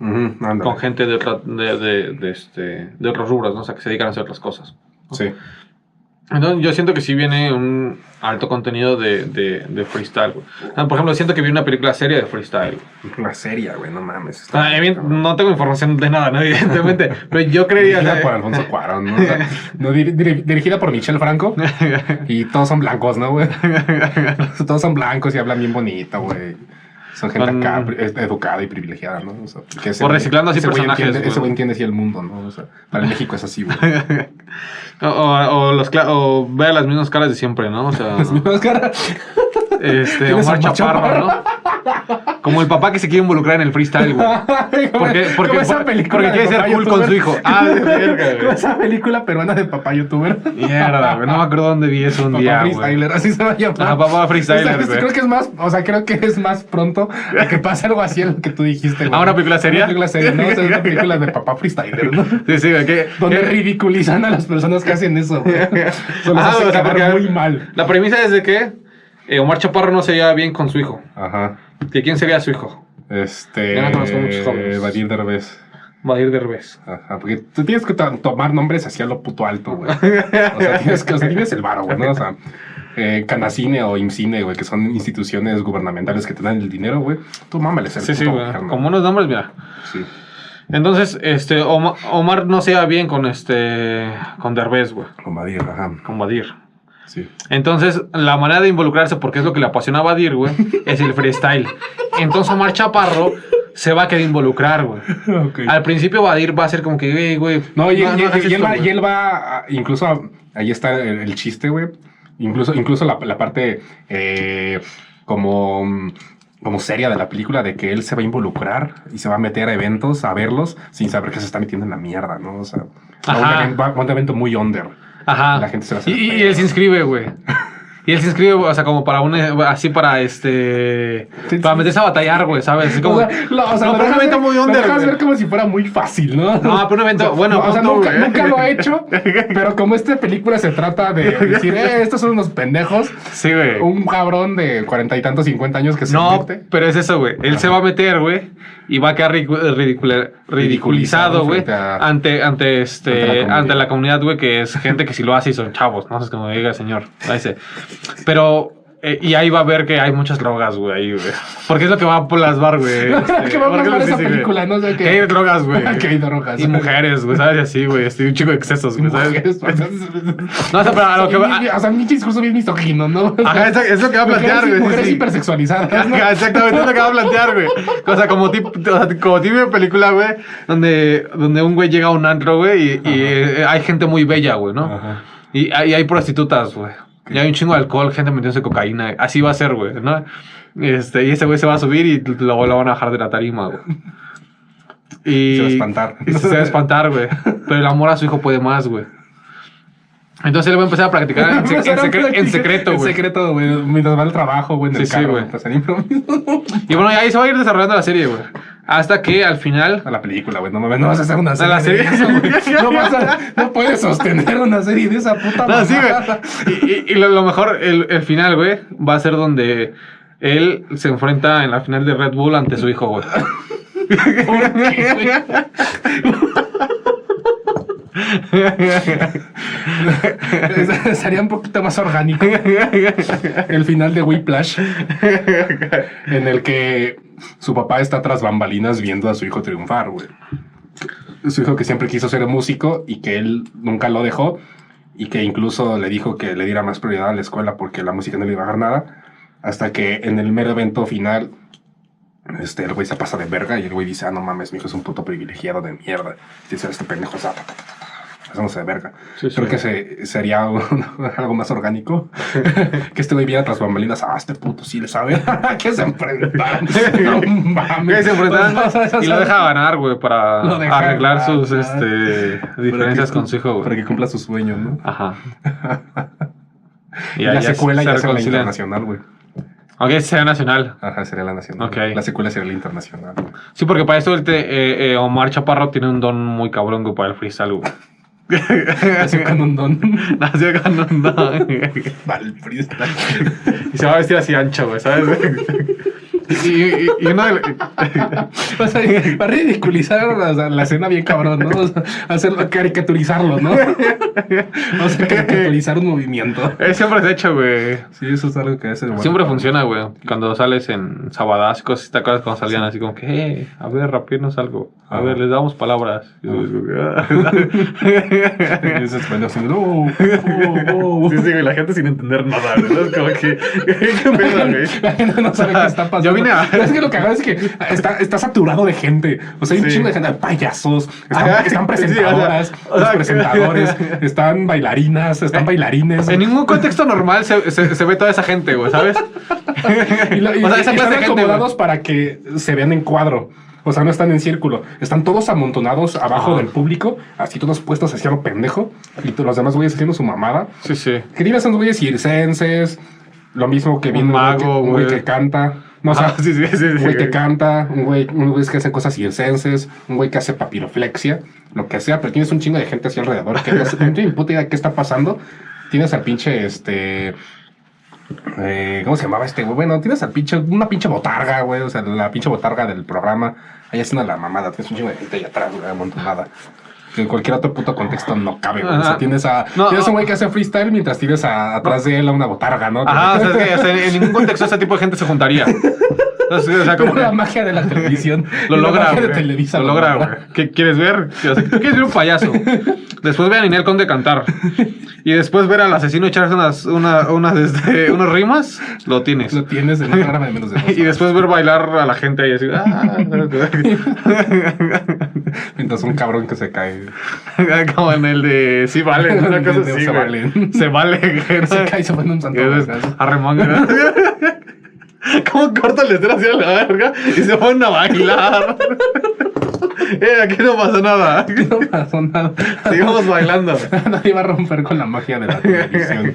Speaker 2: Ujú, ándale.
Speaker 1: Con gente de, otra, de, de, de, este, de otros rubros, ¿no? O sea, que se dedican a hacer otras cosas.
Speaker 2: Sí.
Speaker 1: Entonces, yo siento que sí viene un alto contenido de, de, de freestyle, güey. O sea, Por ejemplo, siento que vi una película seria de freestyle, güey.
Speaker 2: Una serie, güey, no mames. está
Speaker 1: Ah,
Speaker 2: muy
Speaker 1: evi-
Speaker 2: cabrón.
Speaker 1: no tengo información de nada, ¿no? evidentemente. pero yo creía.
Speaker 2: Dirigida
Speaker 1: o
Speaker 2: por
Speaker 1: sea,
Speaker 2: Alfonso Cuarón, ¿no? O sea, no, dir- dir- dirigida por Michelle Franco. Y todos son blancos, ¿no, güey? todos son blancos y hablan bien bonito, güey. Son gente
Speaker 1: Con-
Speaker 2: acá pri- es- educada y privilegiada, ¿no? O sea, que ese
Speaker 1: O
Speaker 2: güey-
Speaker 1: reciclando así
Speaker 2: ese güey
Speaker 1: personajes,
Speaker 2: entiende- Ese
Speaker 1: güey.
Speaker 2: güey entiende así el mundo, ¿no? O sea, para México es así, güey.
Speaker 1: o, o- o los cla- o ver las mismas caras de siempre, ¿no? O sea,
Speaker 2: Las mismas caras.
Speaker 1: este,
Speaker 2: Tienes a
Speaker 1: Omar
Speaker 2: Omar
Speaker 1: Chaparro,
Speaker 2: Chaparro.
Speaker 1: ¿no? Como el papá que se quiere involucrar en el freestyle, güey. Porque,
Speaker 2: Como
Speaker 1: porque,
Speaker 2: esa
Speaker 1: porque-
Speaker 2: película
Speaker 1: porque
Speaker 2: de
Speaker 1: quiere ser
Speaker 2: papá
Speaker 1: cool con su
Speaker 2: youtuber.
Speaker 1: hijo. Ah, de verga,
Speaker 2: Como
Speaker 1: güey.
Speaker 2: esa película peruana de papá youtuber.
Speaker 1: Mierda, güey. No me acuerdo dónde vi eso un
Speaker 2: Papá
Speaker 1: día, güey.
Speaker 2: freestyler, así se va a llamar.
Speaker 1: Ajá, papá freestyler,
Speaker 2: O sea,
Speaker 1: güey.
Speaker 2: Creo que es más, o sea, creo que es más pronto a que pase algo así a lo que tú dijiste, güey.
Speaker 1: Ah, ¿una película seria?
Speaker 2: Una película seria, ¿no? O sea, una película de papá freestyler, ¿no?
Speaker 1: Sí, sí, güey. que-
Speaker 2: Donde
Speaker 1: que-
Speaker 2: ridiculizan a las personas que hacen eso, güey. Se los
Speaker 1: Eh. Ah,
Speaker 2: hace
Speaker 1: o sea,
Speaker 2: quedar
Speaker 1: porque-
Speaker 2: muy mal.
Speaker 1: La premisa es de que eh, Omar Chaparro no se lleva bien con su hijo.
Speaker 2: Ajá.
Speaker 1: ¿Que quién sería su hijo?
Speaker 2: Este.
Speaker 1: Ya no conozco muchos jóvenes.
Speaker 2: Vadir Derbez.
Speaker 1: Vadir Derbez.
Speaker 2: Ajá, porque tú tienes que to- tomar nombres así a lo puto alto, güey. O sea, tienes, que, o sea, tienes el varo, güey, ¿no? O sea, eh, Canacine o IMCINE, güey, que son instituciones gubernamentales que te dan el dinero, güey. Tú mámales el
Speaker 1: Sí, sí,
Speaker 2: puto
Speaker 1: güey.
Speaker 2: gobierno.
Speaker 1: Como unos nombres, mira.
Speaker 2: Sí.
Speaker 1: Entonces, este, Oma- Omar no se lleva bien con este, con Derbez, güey.
Speaker 2: Con Badir, ajá.
Speaker 1: Con Vadir.
Speaker 2: Sí.
Speaker 1: Entonces, la manera de involucrarse, porque es lo que le apasiona a Badir, güey, es el freestyle. Entonces, Omar Chaparro se va a querer involucrar, güey. Al principio, Badir va a ser como que, güey, güey.
Speaker 2: No, y, y- y-
Speaker 1: hagas
Speaker 2: y él
Speaker 1: esto,
Speaker 2: va,
Speaker 1: güey.
Speaker 2: y él va a- incluso, a- ahí está el, el chiste, güey. Incluso, incluso la, la parte eh, como, mm, como seria de la película de que él se va a involucrar y se va a meter a eventos, a verlos, sin saber que se está metiendo en la mierda, ¿no? O sea, va a un,
Speaker 1: Ajá.
Speaker 2: evento, va a un evento muy under.
Speaker 1: Ajá.
Speaker 2: La gente se va a hacer
Speaker 1: y, y- y
Speaker 2: pedo.
Speaker 1: él se inscribe, güey. Y él se inscribe, o sea, como para un. Así para este.
Speaker 2: Sí,
Speaker 1: Para
Speaker 2: sí.
Speaker 1: meterse a batallar, güey, ¿sabes? Así como.
Speaker 2: o sea, lo, o sea,
Speaker 1: no, pero
Speaker 2: lo
Speaker 1: un
Speaker 2: dejas
Speaker 1: evento
Speaker 2: ver-
Speaker 1: muy
Speaker 2: lo
Speaker 1: under,
Speaker 2: dejas
Speaker 1: güey.
Speaker 2: ver como si fuera muy fácil, ¿no?
Speaker 1: No, pero un evento- bueno,
Speaker 2: o sea,
Speaker 1: punto,
Speaker 2: nunca,
Speaker 1: güey.
Speaker 2: nunca lo ha hecho, pero como esta película se trata de decir, eh, estos son unos pendejos,
Speaker 1: Sí, güey.
Speaker 2: Un cabrón de cuarenta y tantos, cincuenta años que se
Speaker 1: No,
Speaker 2: mete.
Speaker 1: pero es eso, güey. Él se va a meter, güey, y va a quedar ridicu- ridicula- ridiculizado,
Speaker 2: Ridiculizado
Speaker 1: güey,
Speaker 2: frente a-
Speaker 1: ante, ante, este,
Speaker 2: ante la
Speaker 1: ante la comunidad, güey, que es gente que si lo hace y son chavos, no sé cómo diga, señor. Ahí se- Pero, eh, y ahí va a ver que hay muchas drogas, güey, ahí, güey. Porque es lo que va a plasmar, güey. este,
Speaker 2: Que va
Speaker 1: porque
Speaker 2: a
Speaker 1: es lo
Speaker 2: plasmar
Speaker 1: que
Speaker 2: esa
Speaker 1: sí, güey.
Speaker 2: película, ¿no? O sea,
Speaker 1: que...
Speaker 2: que-
Speaker 1: hay drogas, güey.
Speaker 2: Que hay drogas.
Speaker 1: Y mujeres, güey, ¿sabes? Y Así, güey, este, un chico de excesos, güey, ¿sabes?
Speaker 2: Mujeres, o sea,
Speaker 1: No, o sea, pero a lo que va...
Speaker 2: O sea, mi discurso bien misógino, ¿no?
Speaker 1: Ajá, es, es lo que va a plantear,
Speaker 2: Mujeres,
Speaker 1: güey. sí,
Speaker 2: mujeres
Speaker 1: sí.
Speaker 2: hipersexualizadas. ¿no?
Speaker 1: Ajá, Exactamente, es lo que va a plantear, güey. O sea, como tipo, o sea, como tipo de película, güey, donde, donde un güey llega a un antro, güey, y, y, eh, hay gente muy bella, güey, ¿no?
Speaker 2: Ajá.
Speaker 1: Y, hay- hay prostitutas, güey. Y hay un chingo de alcohol, gente metiéndose cocaína. Así va a ser, güey, ¿no? Este, y ese güey se va a subir y luego lo van a bajar de la tarima, güey. Y,
Speaker 2: Se va a espantar.
Speaker 1: y se va a espantar, güey. Pero el amor a su hijo puede más, güey. Entonces él va a empezar a practicar en, se- en
Speaker 2: Empezaron
Speaker 1: secre- en
Speaker 2: practicar-
Speaker 1: secreto, güey.
Speaker 2: En secreto, güey. Mientras va al trabajo, güey, en
Speaker 1: Sí,
Speaker 2: el
Speaker 1: sí,
Speaker 2: carro.
Speaker 1: güey.
Speaker 2: Empiezan a improvisar.
Speaker 1: Y bueno, y ahí se va a ir desarrollando la serie, güey. Hasta que al final.
Speaker 2: A la película, güey. No mames, no vas a hacer una
Speaker 1: A
Speaker 2: serie.
Speaker 1: la
Speaker 2: de
Speaker 1: serie.
Speaker 2: eso, güey. No, vas a, no puedes sostener una serie de esa puta
Speaker 1: No, sí,
Speaker 2: mamada.
Speaker 1: güey. Y, y- y lo, lo mejor, el, el final, güey, va a ser donde él se enfrenta en la final de Red Bull ante su hijo, güey.
Speaker 2: Sería un poquito más orgánico el final de Whiplash, en el que su papá está tras bambalinas viendo a su hijo triunfar, güey. Su hijo que siempre quiso ser músico y que él nunca lo dejó y que incluso le dijo que le diera más prioridad a la escuela porque la música no le iba a dar nada, hasta que en el mero evento final este, el güey se pasa de verga y el güey dice, ah, no mames, mi hijo es un puto privilegiado de mierda. Y dice, este pendejo es pasándose de verga.
Speaker 1: Sí, sí.
Speaker 2: Creo que se- sería un- algo más orgánico que este güey viera tras bambalinas, ah, este puto sí le sabe que se enfrentan. No mames. Pues,
Speaker 1: Que se enfrentan
Speaker 2: O sea, esas-
Speaker 1: y lo deja ganar, güey, para
Speaker 2: Lo deja
Speaker 1: arreglar
Speaker 2: ganar,
Speaker 1: sus
Speaker 2: ¿no?
Speaker 1: este, diferencias
Speaker 2: para que-
Speaker 1: con su hijo,
Speaker 2: Para
Speaker 1: güey.
Speaker 2: que cumpla sus sueños, ¿no?
Speaker 1: Ajá.
Speaker 2: Y la secuela ya será la
Speaker 1: reconcilian.
Speaker 2: internacional, güey.
Speaker 1: Ok, sea nacional.
Speaker 2: Ajá, sería la nacional.
Speaker 1: Ok.
Speaker 2: La secuela sería la internacional. güey.
Speaker 1: Sí, porque para esto el te- eh, eh, Omar Chaparro tiene un don muy cabrón, güey, para el freestyle, güey.
Speaker 2: Así con un don.
Speaker 1: Nació con un don.
Speaker 2: Para el freestyle.
Speaker 1: Y se va a vestir así ancho, güey, ¿sabes? Y, y, y- y uno de
Speaker 2: O sea, va a ridiculizar o sea, la escena bien cabrón, ¿no? O sea, hacerlo, caricaturizarlo, ¿no? O sea, caricaturizar un movimiento.
Speaker 1: Eh, siempre es hecho, güey.
Speaker 2: Sí, eso es algo que hace. bueno.
Speaker 1: Siempre funciona, güey. Cuando sales en Sabadás y cosas, ¿te acuerdas cuando salían así como que, eh, a ver, rapirnos algo? A
Speaker 2: Ajá.
Speaker 1: ver, les damos palabras. Y yo, "Ah".
Speaker 2: Y es español, así, "Oh, oh, oh".
Speaker 1: sí, güey, la gente sin entender nada, güey. Es como que, ¿qué
Speaker 2: La gente no sabe qué está pasando.
Speaker 1: Yo
Speaker 2: yo vine a. Es que lo que hago es que está, está saturado de gente. O sea, hay un
Speaker 1: Sí.
Speaker 2: chingo de gente. hay Payasos, están,
Speaker 1: Ajá,
Speaker 2: están
Speaker 1: sí,
Speaker 2: presentadoras,
Speaker 1: o sea, o sea,
Speaker 2: los presentadores, están bailarinas, están bailarines.
Speaker 3: En ningún contexto normal se, se- se ve toda esa gente, güey, ¿sabes?
Speaker 2: Y, lo- y-
Speaker 3: o sea,
Speaker 2: y
Speaker 3: esa clase
Speaker 2: están
Speaker 3: de gente,
Speaker 2: acomodados
Speaker 3: güey.
Speaker 2: para que se vean en cuadro. O sea, no están en círculo. Están todos amontonados abajo
Speaker 1: Ajá.
Speaker 2: del público, así todos puestos hacia lo pendejo. Y todos los demás güeyes haciendo su mamada.
Speaker 1: Sí, sí.
Speaker 2: Quería son güeyes circenses. Lo mismo que
Speaker 1: Un
Speaker 2: viene
Speaker 1: mago,
Speaker 2: un güey que,
Speaker 1: güey.
Speaker 2: canta. No, o sea,
Speaker 1: Ah, sí, sí, sí, sí,
Speaker 2: un güey que
Speaker 1: güey.
Speaker 2: canta, un güey, un güey que hace cosas circenses, un güey que hace papiroflexia, lo que sea, pero tienes un chingo de gente así alrededor que no tiene ni puta idea de qué está pasando. Tienes al pinche este. eh, ¿Cómo se llamaba este güey? Bueno, tienes al pinche, una pinche botarga, güey. O sea, la pinche botarga del programa. Ahí haciendo la mamada. Tienes un chingo de gente ahí atrás, güey, amontonada. Que en cualquier otro puto contexto no cabe, güey. O sea,
Speaker 1: Ajá.
Speaker 2: tienes a.
Speaker 1: No,
Speaker 2: tienes
Speaker 1: no.
Speaker 2: un güey que hace freestyle mientras tienes a- atrás de él a una botarga, ¿no?
Speaker 3: Ajá, o sea, es que o sea, en ningún contexto ese tipo de gente se juntaría. Entonces, o sea, como
Speaker 2: Pero la
Speaker 3: que
Speaker 2: magia de la televisión.
Speaker 3: lo
Speaker 2: y la
Speaker 3: logra,
Speaker 2: magia de
Speaker 3: güey.
Speaker 2: Televisa
Speaker 3: Lo
Speaker 2: lo
Speaker 3: logra,
Speaker 2: logra.
Speaker 3: güey. ¿Qué quieres ver? O sea, ¿Qué quieres ver un payaso? Después ver a Ninel Conde cantar. Y después ver al asesino echarse unas, una- unas, este, unas rimas, lo tienes.
Speaker 2: Lo tienes en un programa de menos de dos.
Speaker 3: Y después ver bailar a la gente ahí así. "Ah".
Speaker 2: Mientras un cabrón que se cae.
Speaker 3: Como en el de Sí Vale, una cosa
Speaker 2: Se
Speaker 3: así, güey.
Speaker 2: Valen.
Speaker 3: Se vale. güey,
Speaker 2: Se
Speaker 3: ¿no?
Speaker 2: cae y se pone un santo.
Speaker 3: Es
Speaker 2: vergazo.
Speaker 3: arremangue, ¿no? ¿Cómo corta el estero así a la verga? Y se ponen a bailar. eh, aquí no pasa nada.
Speaker 2: No pasó nada.
Speaker 3: Sigamos bailando.
Speaker 2: Nadie va a romper con la magia de la televisión.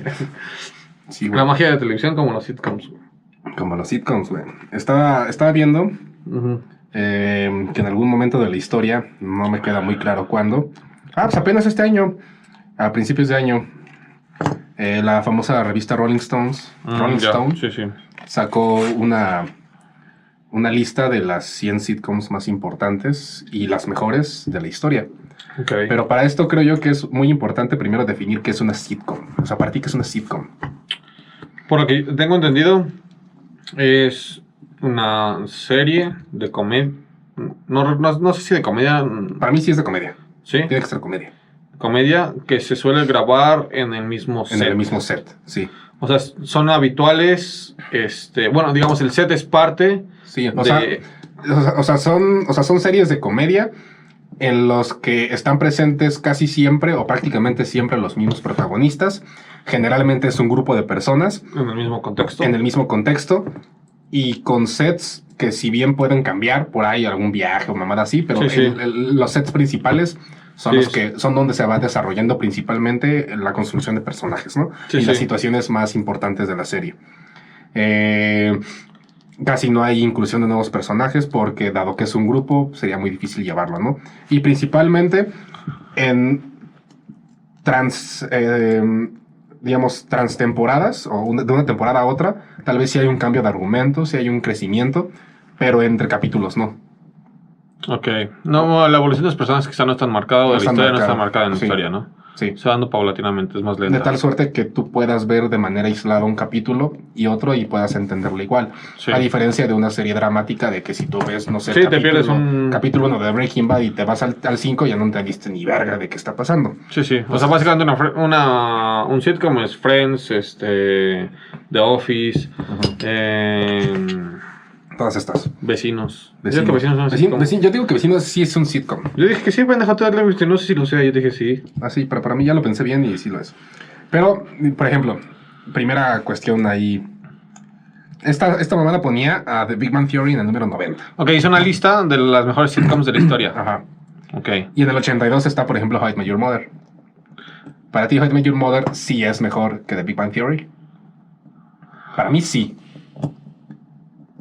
Speaker 2: Sí, güey.
Speaker 3: La magia de la televisión como los sitcoms. güey.
Speaker 2: Como los sitcoms, güey. Estaba, estaba viendo eh, que en algún momento de la historia, no me queda muy claro cuándo. Ah, pues apenas este año, a principios de año, eh, la famosa revista Rolling Stones,
Speaker 3: Mm, Ah,
Speaker 2: Rolling
Speaker 1: Ya,
Speaker 2: Stone,
Speaker 1: Sí, sí.
Speaker 2: sacó una, una lista de las 100 sitcoms más importantes y las mejores de la historia.
Speaker 1: Ok.
Speaker 2: Pero para esto creo yo que es muy importante primero definir qué es una sitcom. O sea, para ti, ¿qué es una sitcom?
Speaker 1: Por lo que tengo entendido, es una serie de comedia. No, no, no sé si de comedia. mm,
Speaker 2: Para mí sí es de comedia.
Speaker 1: Sí,
Speaker 2: Tiene que ser comedia.
Speaker 1: comedia que se suele grabar en el mismo
Speaker 2: En
Speaker 1: set.
Speaker 2: el mismo set, sí.
Speaker 1: O sea, son habituales. Este, bueno, digamos, el set es parte
Speaker 2: Sí,
Speaker 1: de.
Speaker 2: o sea, O sea, o sea, son, o sea, son series de comedia en los que están presentes casi siempre o prácticamente siempre los mismos protagonistas. Generalmente es un grupo de personas
Speaker 1: en el mismo contexto.
Speaker 2: en el mismo contexto y con sets que si bien pueden cambiar por ahí algún viaje o mamada así, pero
Speaker 1: Sí, sí.
Speaker 2: el- el- los sets principales son
Speaker 1: Sí,
Speaker 2: los
Speaker 1: sí.
Speaker 2: que son donde se va desarrollando principalmente la construcción de personajes, ¿no?
Speaker 1: Sí,
Speaker 2: y las
Speaker 1: sí.
Speaker 2: situaciones más importantes de la serie. Eh, casi no hay inclusión de nuevos personajes porque dado que es un grupo sería muy difícil llevarlo, ¿no? Y principalmente en trans, eh, digamos, transtemporadas o una- de una temporada a otra, tal vez sí hay un cambio de argumento, sí hay un crecimiento, pero entre capítulos no.
Speaker 1: Ok. No, la evolución de los personajes quizá no es tan marcada o de
Speaker 2: No
Speaker 1: la
Speaker 2: está
Speaker 1: historia no está
Speaker 2: marcada,
Speaker 1: marcada en la
Speaker 2: sí.
Speaker 1: historia, ¿no?
Speaker 2: Sí.
Speaker 1: Se va dando paulatinamente, es más lenta.
Speaker 2: De tal suerte que tú puedas ver de manera aislada un capítulo y otro y puedas entenderlo igual.
Speaker 1: Sí.
Speaker 2: A diferencia de una serie dramática de que si tú ves, no sé,
Speaker 1: Sí, te pierdes un-
Speaker 2: capítulo 1 de Breaking Bad y te vas al 5 ya no entendiste ni verga de qué está pasando.
Speaker 1: Sí, sí. O sea, básicamente una, fre- una, un sitcom es Friends, este, The Office, em,
Speaker 2: Todas estas.
Speaker 1: Vecinos. Yo
Speaker 2: Vecino.
Speaker 1: digo que Vecinos no es
Speaker 2: Vecino-
Speaker 1: sitcom.
Speaker 2: vecino- yo digo que vecinos sí es un sitcom.
Speaker 1: Yo dije que sí, pendejo, te darle vecino. No sé si lo sea, yo dije sí.
Speaker 2: Así, pero para mí ya lo pensé bien y sí lo es. Pero, por ejemplo, primera cuestión ahí. Esta, esta mamada ponía a The Big Bang Theory en el número 90.
Speaker 1: Ok, hice una lista de las mejores sitcoms de la historia.
Speaker 2: Ajá.
Speaker 1: Ok.
Speaker 2: Y en el 82 está, por ejemplo, How I Met Your Mother. Para ti, How I Met Your Mother sí es mejor que The Big Bang Theory. Para mí sí.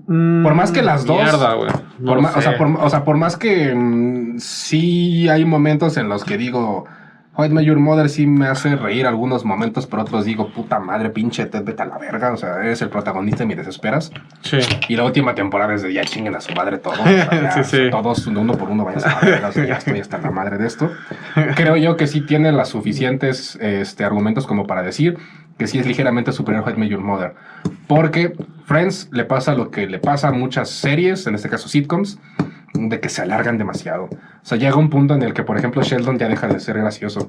Speaker 1: Por
Speaker 2: más que las dos-
Speaker 1: Mm, Mierda, güey. No
Speaker 2: Por
Speaker 1: lo
Speaker 2: ma- o, sea,
Speaker 1: sé.
Speaker 2: por, o sea, por más que mm, sí hay momentos en los que digo, How I Met Your Mother sí me hace reír algunos momentos, pero otros digo, puta madre, pinche Ted, vete a la verga. O sea, eres el protagonista y me desesperas.
Speaker 1: Sí.
Speaker 2: Y la última temporada es de ya chinguen a su madre todos. o sea, ya,
Speaker 1: Sí, sí.
Speaker 2: Todos uno por uno vayan a la verga, o sea, ya estoy hasta la madre de esto. Creo yo que sí tiene las suficientes este, argumentos como para decir que sí es ligeramente superior a How I Met Your Mother. Porque Friends le pasa lo que le pasa a muchas series, en este caso sitcoms, de que se alargan demasiado. O sea, llega un punto en el que, por ejemplo, Sheldon ya deja de ser gracioso.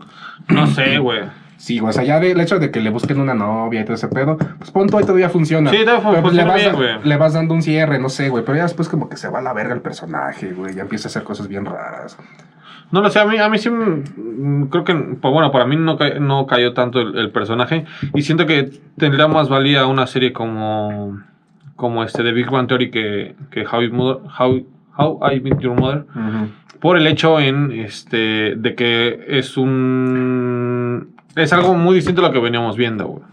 Speaker 1: No sé, güey.
Speaker 2: Sí, o sea, ya del hecho de que le busquen una novia y todo ese pedo, pues pon tú ahí todavía funciona.
Speaker 1: Sí, todavía fun-
Speaker 2: Pero, pues, le
Speaker 1: funciona
Speaker 2: vas,
Speaker 1: bien,
Speaker 2: da-
Speaker 1: güey.
Speaker 2: le vas dando un cierre, no sé, güey. Pero ya después como que se va a la verga el personaje, güey. Ya empieza a hacer cosas bien raras.
Speaker 1: No lo sé, a mí, a mí sí, mm, creo que, pues bueno, para mí no, ca- no cayó tanto el, el personaje y siento que tendría más valía una serie como, como este de Big Bang Theory que, que How, You Mother- How, How I Met Your Mother por el hecho en este de que es un es algo muy distinto a lo que veníamos viendo, güey.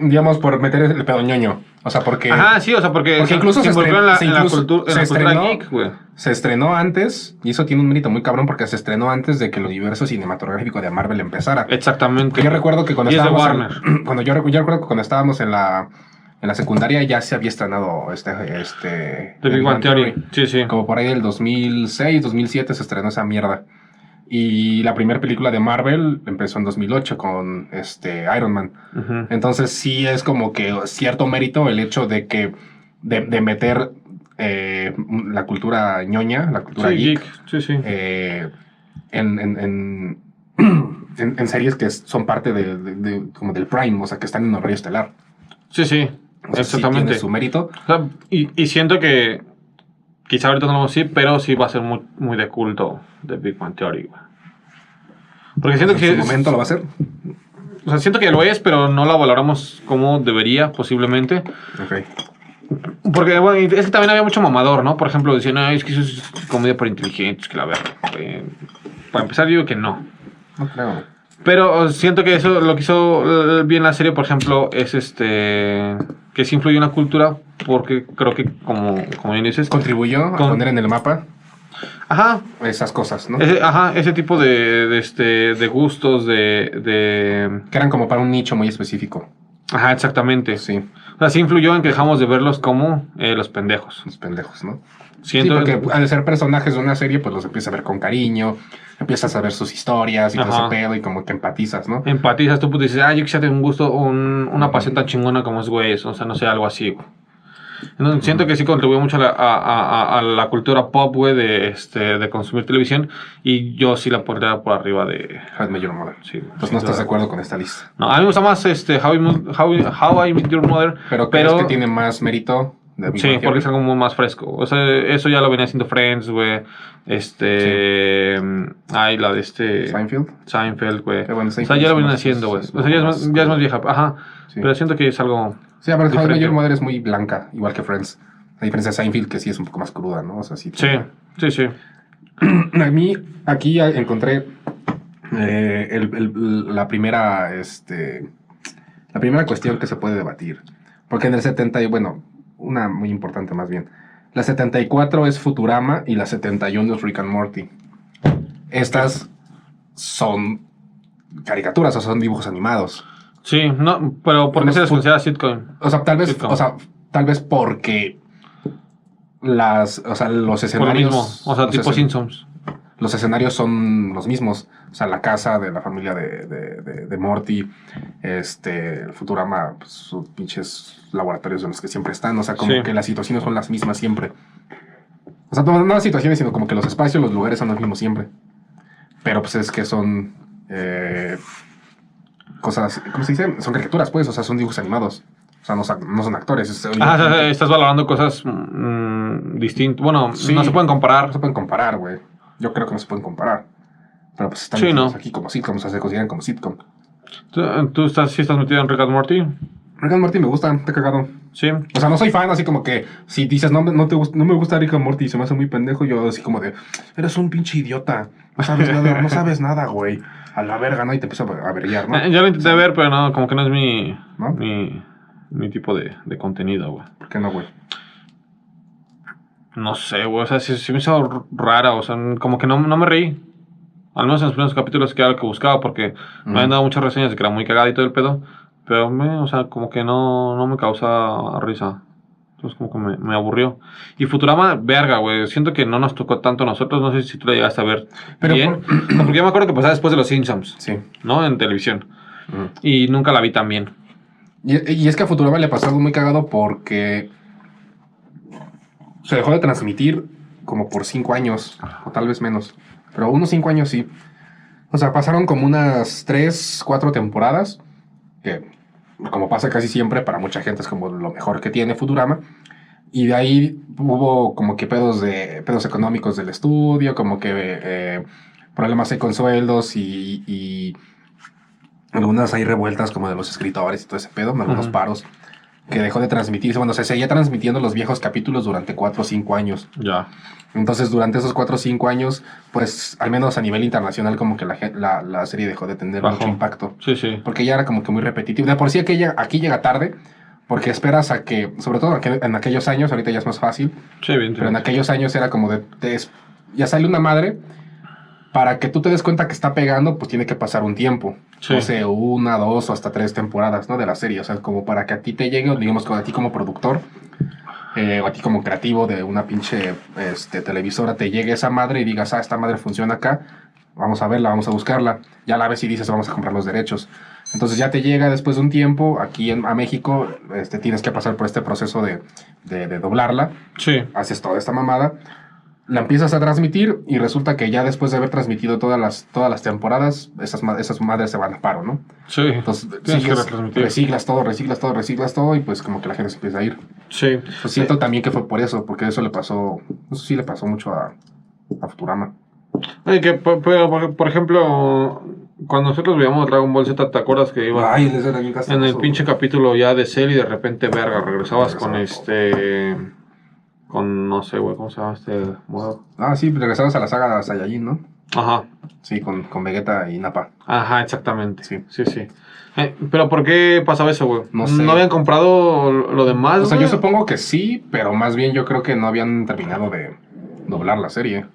Speaker 2: Digamos, por meter el pedo ñoño. O sea, porque
Speaker 1: Ajá, sí, o sea, porque,
Speaker 2: Porque incluso se
Speaker 1: involucró
Speaker 2: estren-
Speaker 1: en la,
Speaker 2: se
Speaker 1: en la
Speaker 2: incluso-
Speaker 1: cultu- en
Speaker 2: se
Speaker 1: la cultura
Speaker 2: estrenó-
Speaker 1: geek, güey.
Speaker 2: se estrenó antes, y eso tiene un mérito muy cabrón porque se estrenó antes de que el universo cinematográfico de Marvel empezara.
Speaker 1: Exactamente.
Speaker 2: Yo recuerdo que cuando
Speaker 1: Y es de
Speaker 2: estábamos en-
Speaker 1: Warner.
Speaker 2: cuando yo, recu- yo recuerdo que cuando estábamos en la en la secundaria ya se había estrenado este este
Speaker 1: de Big Bang Theory. Sí, sí.
Speaker 2: Como por ahí del 2006, 2007 se estrenó esa mierda. Y la primera película de Marvel empezó en 2008 con este Iron Man.
Speaker 1: Ujú.
Speaker 2: Entonces sí es como que cierto mérito el hecho de que de, de meter eh, la cultura ñoña, la cultura
Speaker 1: Sí,
Speaker 2: geek,
Speaker 1: geek. Sí, sí.
Speaker 2: eh, en, en, en, en- en series que son parte de, de- de- como del Prime, o sea, que están en horario estelar.
Speaker 1: Sí, sí.
Speaker 2: O sea, sí
Speaker 1: Exactamente.
Speaker 2: tiene su mérito.
Speaker 1: O sea, y, y siento que quizá ahorita no lo sí, pero sí va a ser muy, muy de culto de Big Bang Theory, güey. Porque siento
Speaker 2: en
Speaker 1: que
Speaker 2: su
Speaker 1: es-
Speaker 2: momento lo va a hacer.
Speaker 1: o sea, siento que lo es, pero no la valoramos como debería posiblemente. Porque, bueno, y es que también había mucho mamador, ¿no? Por ejemplo, decían, "Ay, es que eso es comida para inteligentes, que la verdad. Eh, para empezar, digo que no.
Speaker 2: No creo.
Speaker 1: Pero eh, siento que eso lo que hizo eh, bien la serie, por ejemplo, es este. que sí influyó en la cultura, porque creo que, como, como bien dices.
Speaker 2: Contribuyó a
Speaker 1: Con-
Speaker 2: poner en el mapa
Speaker 1: Ajá,
Speaker 2: esas cosas, ¿no?
Speaker 1: ese, ajá, ese tipo de, de, este, de gustos, de, de.
Speaker 2: Que eran como para un nicho muy específico.
Speaker 1: Ajá, exactamente.
Speaker 2: Sí,
Speaker 1: O sea, sí influyó en que dejamos de verlos como eh, los pendejos.
Speaker 2: los pendejos, ¿no? Sí,
Speaker 1: Siento
Speaker 2: porque al ser personajes de una serie, pues los empiezas a ver con cariño, empiezas a ver sus historias y todo
Speaker 1: Ajá.
Speaker 2: ese pedo y como que empatizas, ¿no?
Speaker 1: empatizas, tú pues, dices, ah, yo quisiera tener un gusto, un- una pasión tan chingona como es, güey, eso", o sea, no sé, algo así, güey. Entonces, siento que sí contribuyó mucho a la, a- a- a- a la cultura pop, güey, de, este, de consumir televisión, y yo sí la pondría por arriba de...
Speaker 2: How I Met Your Mother.
Speaker 1: Sí, güey,
Speaker 2: Entonces
Speaker 1: sin
Speaker 2: Pues no estás
Speaker 1: duda.
Speaker 2: de acuerdo con esta lista.
Speaker 1: No, a mí me gusta más este, How, I Mo- How I- How I Met Your Mother,
Speaker 2: Pero,
Speaker 1: pero...
Speaker 2: crees que tiene más mérito de Big
Speaker 1: Sí,
Speaker 2: Bang Theory?
Speaker 1: porque es algo más fresco. O sea, eso ya lo venía haciendo Friends, güey. Este. Ay, la de este.
Speaker 2: Seinfeld.
Speaker 1: Seinfeld, güey.
Speaker 2: Pero bueno,
Speaker 1: o sea,
Speaker 2: Seinfeld
Speaker 1: ya lo
Speaker 2: es
Speaker 1: vienen
Speaker 2: más-
Speaker 1: haciendo, güey.
Speaker 2: es
Speaker 1: O sea, ya es más,
Speaker 2: más
Speaker 1: ya es
Speaker 2: como-
Speaker 1: más vieja. Ajá.
Speaker 2: Sí.
Speaker 1: Pero siento que es algo.
Speaker 2: Sí, pero How I Met
Speaker 1: Diferente.
Speaker 2: Your Mother es muy blanca, igual que Friends. A diferencia de Seinfeld, que sí es un poco más cruda, ¿no? O sea, sí.
Speaker 1: Sí, sí, sí.
Speaker 2: A mí, aquí a- encontré eh, el- el- la primera, este, la primera cuestión que se puede debatir. Porque en el 70, y bueno, una muy importante más bien. La 74 es Futurama y la 71 es Rick and Morty. Estas son caricaturas, o sea, son dibujos animados.
Speaker 1: Sí, no, pero ¿por qué
Speaker 2: Los
Speaker 1: se les
Speaker 2: fu-
Speaker 1: considera sitcom?
Speaker 2: O sea, tal vez,
Speaker 1: Sitcom.
Speaker 2: o sea, tal vez porque las, o sea, los
Speaker 1: Por lo
Speaker 2: escenarios...
Speaker 1: mismo. O sea,
Speaker 2: los
Speaker 1: tipo
Speaker 2: escen-
Speaker 1: Simpsons.
Speaker 2: los escenarios son los mismos. O sea, la casa de la familia de, de- de- de Morty, este, el Futurama, pues, sus pinches laboratorios en los que siempre están. O sea, como
Speaker 1: Sí.
Speaker 2: que las situaciones son las mismas siempre. O sea, no, no las situaciones, sino como que los espacios, los lugares son los mismos siempre. Pero pues es que son eh, cosas, ¿cómo se dice? Son caricaturas, pues, o sea, son dibujos animados. O sea, no, son- no son actores. es-
Speaker 1: Ah, o sea, estás valorando cosas mm, distintas. Bueno,
Speaker 2: Sí.
Speaker 1: no se pueden
Speaker 2: No
Speaker 1: comparar.
Speaker 2: se pueden comparar, güey. Yo creo que no se pueden comparar. Pero pues están
Speaker 1: Sí,
Speaker 2: metidos
Speaker 1: ¿no?
Speaker 2: aquí como sitcoms, o sea, se consideran como sitcom.
Speaker 1: ¿Tú, tú estás, sí estás metido en Rick and Morty?
Speaker 2: Rick and Morty me gusta, te he cagado.
Speaker 1: Sí.
Speaker 2: O sea, no soy fan, así como que si dices, no, me- no, te gust- no me gusta Rick and Morty y se me hace muy pendejo, yo así como de, eres un pinche idiota. No sabes nada, no sabes nada, güey. A la verga, ¿no? Y te empiezo a averiar, ¿no?
Speaker 1: Eh, Ya lo intenté ver, pero no, como que no es mi,
Speaker 2: ¿No?
Speaker 1: mi, mi tipo de, de contenido, güey.
Speaker 2: ¿Por qué no, güey?
Speaker 1: No sé, güey, o sea, sí, sí me hizo r- rara, o sea, n- como que no, no me reí. Al menos en los primeros capítulos que era lo que buscaba, porque me habían dado muchas reseñas de que era muy cagada y todo el pedo. Pero, me, o sea, como que no, no me causa risa. Entonces, como que me, me aburrió. Y Futurama, verga, güey, siento que no nos tocó tanto a nosotros. No sé si tú la llegaste a ver
Speaker 2: Pero
Speaker 1: bien. No, porque yo me acuerdo que pasaba después de Los Simpsons,
Speaker 2: Sí.
Speaker 1: ¿no? En televisión.
Speaker 2: Ujú.
Speaker 1: Y nunca la vi tan bien.
Speaker 2: Y, y es que a Futurama le pasó algo muy cagado porque se dejó de transmitir como por cinco años, o tal vez menos, pero unos cinco años sí. O sea, pasaron como unas tres, cuatro temporadas, que como pasa casi siempre, para mucha gente es como lo mejor que tiene Futurama. Y de ahí hubo como que pedos, de, pedos económicos del estudio, como que eh, problemas ahí con sueldos y, y algunas hay revueltas como de los escritores y todo ese pedo, algunos
Speaker 1: Ujú.
Speaker 2: paros que dejó de transmitirse. Bueno, se seguía transmitiendo los viejos capítulos durante cuatro o cinco años.
Speaker 1: Ya.
Speaker 2: Entonces, durante esos cuatro o cinco años, pues al menos a nivel internacional, como que la, gen- la, la serie dejó de tener
Speaker 1: Bajó.
Speaker 2: mucho impacto.
Speaker 1: Sí, sí.
Speaker 2: Porque ya era como que muy repetitivo. De por sí aquella, aquí llega tarde, porque esperas a que, sobre todo en aquel- en aquellos años, ahorita ya es más fácil,
Speaker 1: Sí, bien.
Speaker 2: pero en aquellos años era como de, te es- ya sale una madre, para que tú te des cuenta que está pegando, pues tiene que pasar un tiempo.
Speaker 1: Sí.
Speaker 2: No sé, una, dos o hasta tres temporadas, ¿no? De la serie. O sea, como para que a ti te llegue, o digamos, como a ti como productor, eh, o a ti como creativo de una pinche este, televisora, te llegue esa madre y digas, ah, esta madre funciona acá, vamos a verla, vamos a buscarla. Ya la ves y dices, vamos a comprar los derechos. Entonces ya te llega después de un tiempo, aquí en, a México, este, tienes que pasar por este proceso de, de- de doblarla
Speaker 1: Sí.
Speaker 2: haces toda esta mamada, la empiezas a transmitir y resulta que ya después de haber transmitido todas las, todas las temporadas, esas, ma- esas madres se van a paro, ¿no?
Speaker 1: Sí.
Speaker 2: Entonces
Speaker 1: Tienes que
Speaker 2: sigues-
Speaker 1: retransmitir.
Speaker 2: reciclas todo, reciclas todo, reciclas todo y pues como que la gente se empieza a ir.
Speaker 1: Sí.
Speaker 2: Pues siento también que fue por eso, porque eso le pasó, eso sí le pasó mucho a, a Futurama.
Speaker 1: Ay, que, po- pero, por, por ejemplo, cuando nosotros veíamos Dragon Ball Z, ¿te acuerdas que iba
Speaker 2: Ay, les era bien castroso,
Speaker 1: en el pinche
Speaker 2: güey.
Speaker 1: capítulo ya de Cell y de repente, verga, regresabas con
Speaker 2: Regresaba.
Speaker 1: este. Con no sé, güey, ¿cómo se llama este modo?
Speaker 2: Ah, sí, regresamos a la saga de Saiyajin, ¿no?
Speaker 1: Ajá.
Speaker 2: Sí, con, con Vegeta y Nappa.
Speaker 1: Ajá, exactamente.
Speaker 2: Sí.
Speaker 1: Sí, sí. Eh, pero ¿por qué pasaba eso, güey?
Speaker 2: No sé.
Speaker 1: habían comprado lo lo demás.
Speaker 2: O sea,
Speaker 1: güey?
Speaker 2: yo supongo que sí, pero más bien yo creo que no habían terminado de doblar la serie,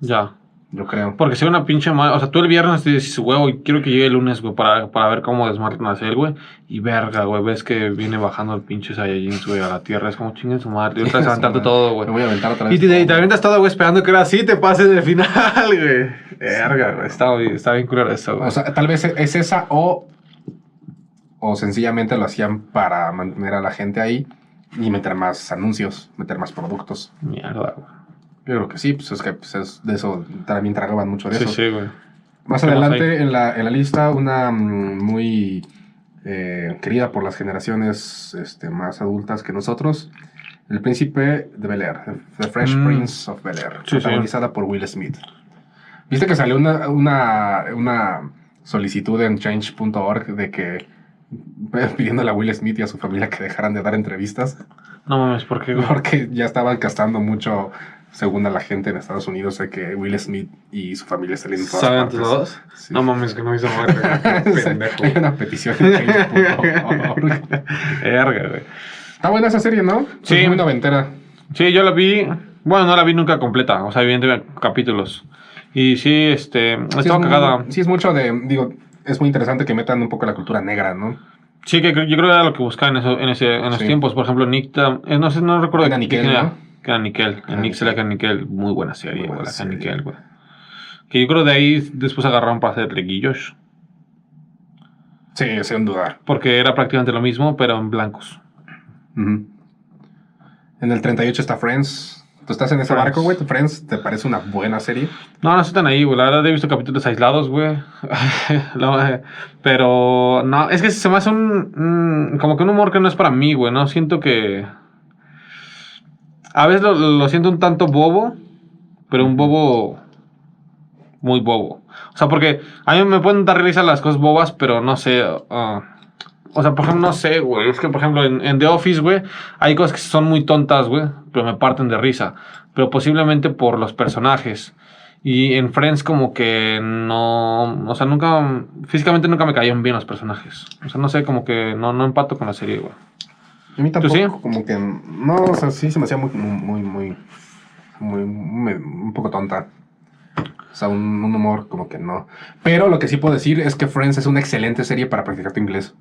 Speaker 1: Ya.
Speaker 2: yo creo.
Speaker 1: Porque si una pinche madre. O sea, tú el viernes te dices, güey, hoy quiero que llegue el lunes, güey, para, para ver cómo desmarcan a Cell, güey. Y verga, güey, ves que viene bajando el pinche Saiyajin, güey, a la tierra. Es como chinguen su madre. Y otra vez aventando todo,
Speaker 2: Me
Speaker 1: güey.
Speaker 2: voy a aventar otra
Speaker 3: Y
Speaker 2: vez.
Speaker 3: te, y te avientas todo, güey, esperando que ahora sí te pases el final, güey.
Speaker 1: Verga, güey. Está, bien- está bien curioso eso, güey.
Speaker 2: O sea, tal vez es esa o. O sencillamente lo hacían para mantener a la gente ahí y meter más anuncios, meter más productos.
Speaker 1: Mierda, güey.
Speaker 2: Yo creo que sí, pues es que pues, es de eso también tragaban mucho de
Speaker 1: Sí,
Speaker 2: eso.
Speaker 1: sí, güey.
Speaker 2: Más
Speaker 1: ¿Qué más
Speaker 2: adelante en la, en la lista, una mm, muy eh, querida por las generaciones este, más adultas que nosotros, El Príncipe de Bel Air, The Fresh
Speaker 1: Mm.
Speaker 2: Prince of Bel Air,
Speaker 1: Sí, sí.
Speaker 2: protagonizada por Will Smith. Viste que salió una, una, una solicitud en change.org de que eh, pidiéndole a Will Smith y a su familia que dejaran de dar entrevistas
Speaker 1: No mames, ¿por qué, güey?
Speaker 2: porque ya estaban gastando mucho según a la gente en Estados Unidos de que Will Smith y su familia salían en todas
Speaker 1: ¿Saben
Speaker 2: partes.
Speaker 1: todos?
Speaker 2: Sí.
Speaker 1: No mames, que no hizo verga. güey. Pendejo.
Speaker 2: Hay una petición en change.org.
Speaker 1: Verga, güey.
Speaker 2: Está buena esa serie, ¿no?
Speaker 1: Sí.
Speaker 2: Es muy noventera.
Speaker 1: Sí, yo la vi. Bueno, no la vi nunca completa. O sea, evidentemente capítulos. Y sí, este.
Speaker 2: Sí, es
Speaker 1: Estaba
Speaker 2: muy-
Speaker 1: cagada.
Speaker 2: Sí, es mucho de. Digo, es muy interesante que metan un poco la cultura negra, ¿no?
Speaker 1: Sí, que creo- yo creo que era lo que buscaba en, eso, en, ese, en esos
Speaker 2: Sí.
Speaker 1: tiempos. Por ejemplo, Nick. Tam- eh, no sé, no recuerdo.
Speaker 2: Era
Speaker 1: de
Speaker 2: Nickel,
Speaker 1: quién era.
Speaker 2: ¿no?
Speaker 1: Que era Nickel.
Speaker 2: Era
Speaker 1: En Nick se
Speaker 2: Nickel.
Speaker 1: la Nickel. Muy buena serie,
Speaker 2: Muy
Speaker 1: güey.
Speaker 2: buena
Speaker 1: La que
Speaker 2: serie.
Speaker 1: Nickel, güey. Que yo creo de ahí después agarraron para hacer leguillos.
Speaker 2: Sí, sin duda.
Speaker 1: Porque era prácticamente lo mismo, pero en blancos.
Speaker 2: Ujú. En el 38 está Friends. Tú estás en ese
Speaker 1: Friends.
Speaker 2: barco, güey. Friends te parece una buena serie.
Speaker 1: No, no están ahí, güey. La verdad he visto capítulos aislados, güey. No, eh, pero no, es que se me hace un. mm, como que un humor que no es para mí, güey. No siento que. A veces lo, lo siento un tanto bobo, pero un bobo. Muy bobo. O sea, porque a mí me pueden dar risa las cosas bobas, pero no sé. ah, o sea, por ejemplo, no sé, güey. Es que, por ejemplo, en, en The Office, güey, hay cosas que son muy tontas, güey, pero me parten de risa. Pero posiblemente por los personajes. Y en Friends como que no, o sea, nunca, físicamente nunca me caían bien los personajes. O sea, no sé, como que no, no empato con la serie, güey.
Speaker 2: A mí
Speaker 1: ¿Tú
Speaker 2: tampoco,
Speaker 1: sí?
Speaker 2: como que. No, o sea, sí se me hacía muy, muy, muy. muy, muy- un poco tonta. O sea, un, un humor como que no. Pero lo que sí puedo decir es que Friends es una excelente serie para practicar tu inglés.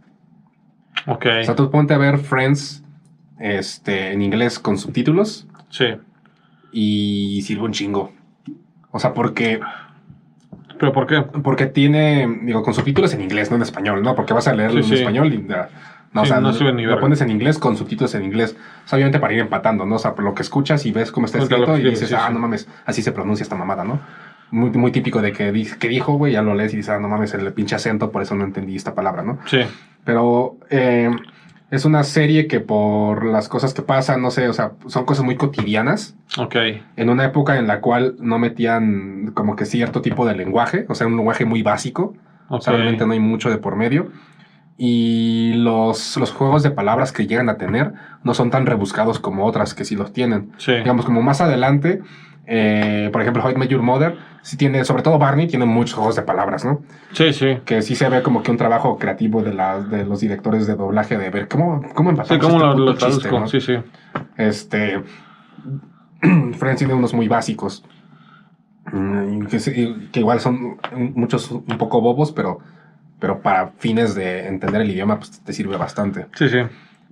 Speaker 1: Ok,
Speaker 2: O sea, tú ponte a ver Friends este, en inglés con subtítulos
Speaker 1: sí.
Speaker 2: y sirve un chingo. O sea, porque,
Speaker 1: ¿Pero por qué?
Speaker 2: porque tiene, digo, con subtítulos en inglés, no en español, ¿no? Porque vas a leerlo
Speaker 1: Sí,
Speaker 2: en
Speaker 1: sí.
Speaker 2: español y... ah, No,
Speaker 1: Sí,
Speaker 2: o sea,
Speaker 1: no
Speaker 2: no
Speaker 1: sirve ni
Speaker 2: lo
Speaker 1: verga.
Speaker 2: pones en inglés con subtítulos en inglés. O sea, obviamente para ir empatando, ¿no? O sea, por lo que escuchas y ves cómo está
Speaker 1: Contra lo
Speaker 2: escrito
Speaker 1: que
Speaker 2: y
Speaker 1: quieres,
Speaker 2: dices,
Speaker 1: sí,
Speaker 2: ah,
Speaker 1: sí.
Speaker 2: no mames, así se pronuncia esta mamada, ¿no? muy, muy típico de que, di- que dijo, güey, ya lo lees y dices, ah, no mames, el pinche acento, por eso no entendí esta palabra, ¿no?
Speaker 1: Sí.
Speaker 2: Pero eh, es una serie que por las cosas que pasan, no sé, o sea, son cosas muy cotidianas.
Speaker 1: Ok.
Speaker 2: En una época en la cual no metían como que cierto tipo de lenguaje, o sea, un lenguaje muy básico. O
Speaker 1: Ok.
Speaker 2: sea, realmente no hay mucho de por medio. Y los, los juegos de palabras que llegan a tener no son tan rebuscados como otras que sí los tienen.
Speaker 1: Sí.
Speaker 2: Digamos, como más adelante, eh, por ejemplo, How I Met Your Mother, sí tiene, sobre todo Barney, tiene muchos juegos de palabras, ¿no?
Speaker 1: Sí, sí.
Speaker 2: Que sí se ve como que un trabajo creativo de, la- de los directores de doblaje de ver cómo, cómo empatamos
Speaker 1: Sí, ¿cómo
Speaker 2: este
Speaker 1: lo,
Speaker 2: puto
Speaker 1: lo
Speaker 2: chiste,
Speaker 1: traduzco?
Speaker 2: ¿no?
Speaker 1: Sí, sí.
Speaker 2: Este. Friends tiene unos muy básicos. mm, Que, sí- que igual son muchos un poco bobos, pero, pero para fines de entender el idioma, pues te sirve bastante.
Speaker 1: Sí, sí.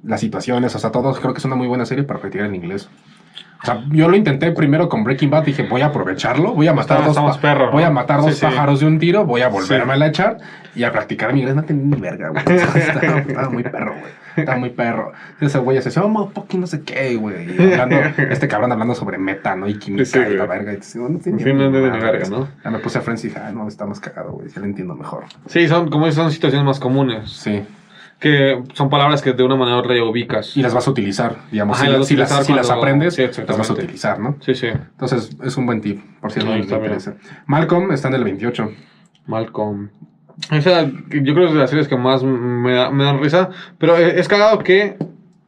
Speaker 2: Las situaciones, o sea, todos creo que es una muy buena serie para practicar el inglés. O sea, yo lo intenté primero con Breaking Bad, dije, voy a aprovecharlo, voy a matar
Speaker 1: Estamos-
Speaker 2: dos,
Speaker 1: Ah, estamos
Speaker 2: pa-
Speaker 1: perro, ¿no?
Speaker 2: voy a matar
Speaker 1: Sí,
Speaker 2: dos
Speaker 1: sí.
Speaker 2: pájaros de un tiro, voy a volverme a la echar y a practicar mi inglés. No tenía ni verga, güey. estaba, estaba muy perro, güey. Estaba muy perro. Ese güey se oh, motherfucking no sé qué, güey. Y hablando- Este cabrón hablando sobre meta, ¿no? Y química
Speaker 1: Sí, sí,
Speaker 2: y la
Speaker 1: güey.
Speaker 2: verga. Y dices, no, no
Speaker 1: Sí, no
Speaker 2: ni
Speaker 1: entiendo ni
Speaker 2: madres.
Speaker 1: verga, ¿no?
Speaker 2: Ya me puse a Friends y dije, ah, no, está más cagado, güey. Ya lo entiendo mejor.
Speaker 1: Sí, son, como dices, son situaciones más comunes.
Speaker 2: Sí.
Speaker 1: Que son palabras que de una manera u otra ubicas.
Speaker 2: Y las vas a utilizar, digamos.
Speaker 1: Ajá,
Speaker 2: si
Speaker 1: y las vas a
Speaker 2: las, si las,
Speaker 1: utilizar
Speaker 2: si las
Speaker 1: cuando-
Speaker 2: aprendes,
Speaker 1: sí,
Speaker 2: las vas a
Speaker 1: exactamente.
Speaker 2: utilizar, ¿no?
Speaker 1: Sí, sí.
Speaker 2: Entonces, es un buen tip, por si
Speaker 1: Sí,
Speaker 2: no le
Speaker 1: está bien.
Speaker 2: interesa. Malcolm está en el 28.
Speaker 1: Malcolm. Esa, yo creo que es de las series que más me, da- me dan risa. Pero eh, es cagado que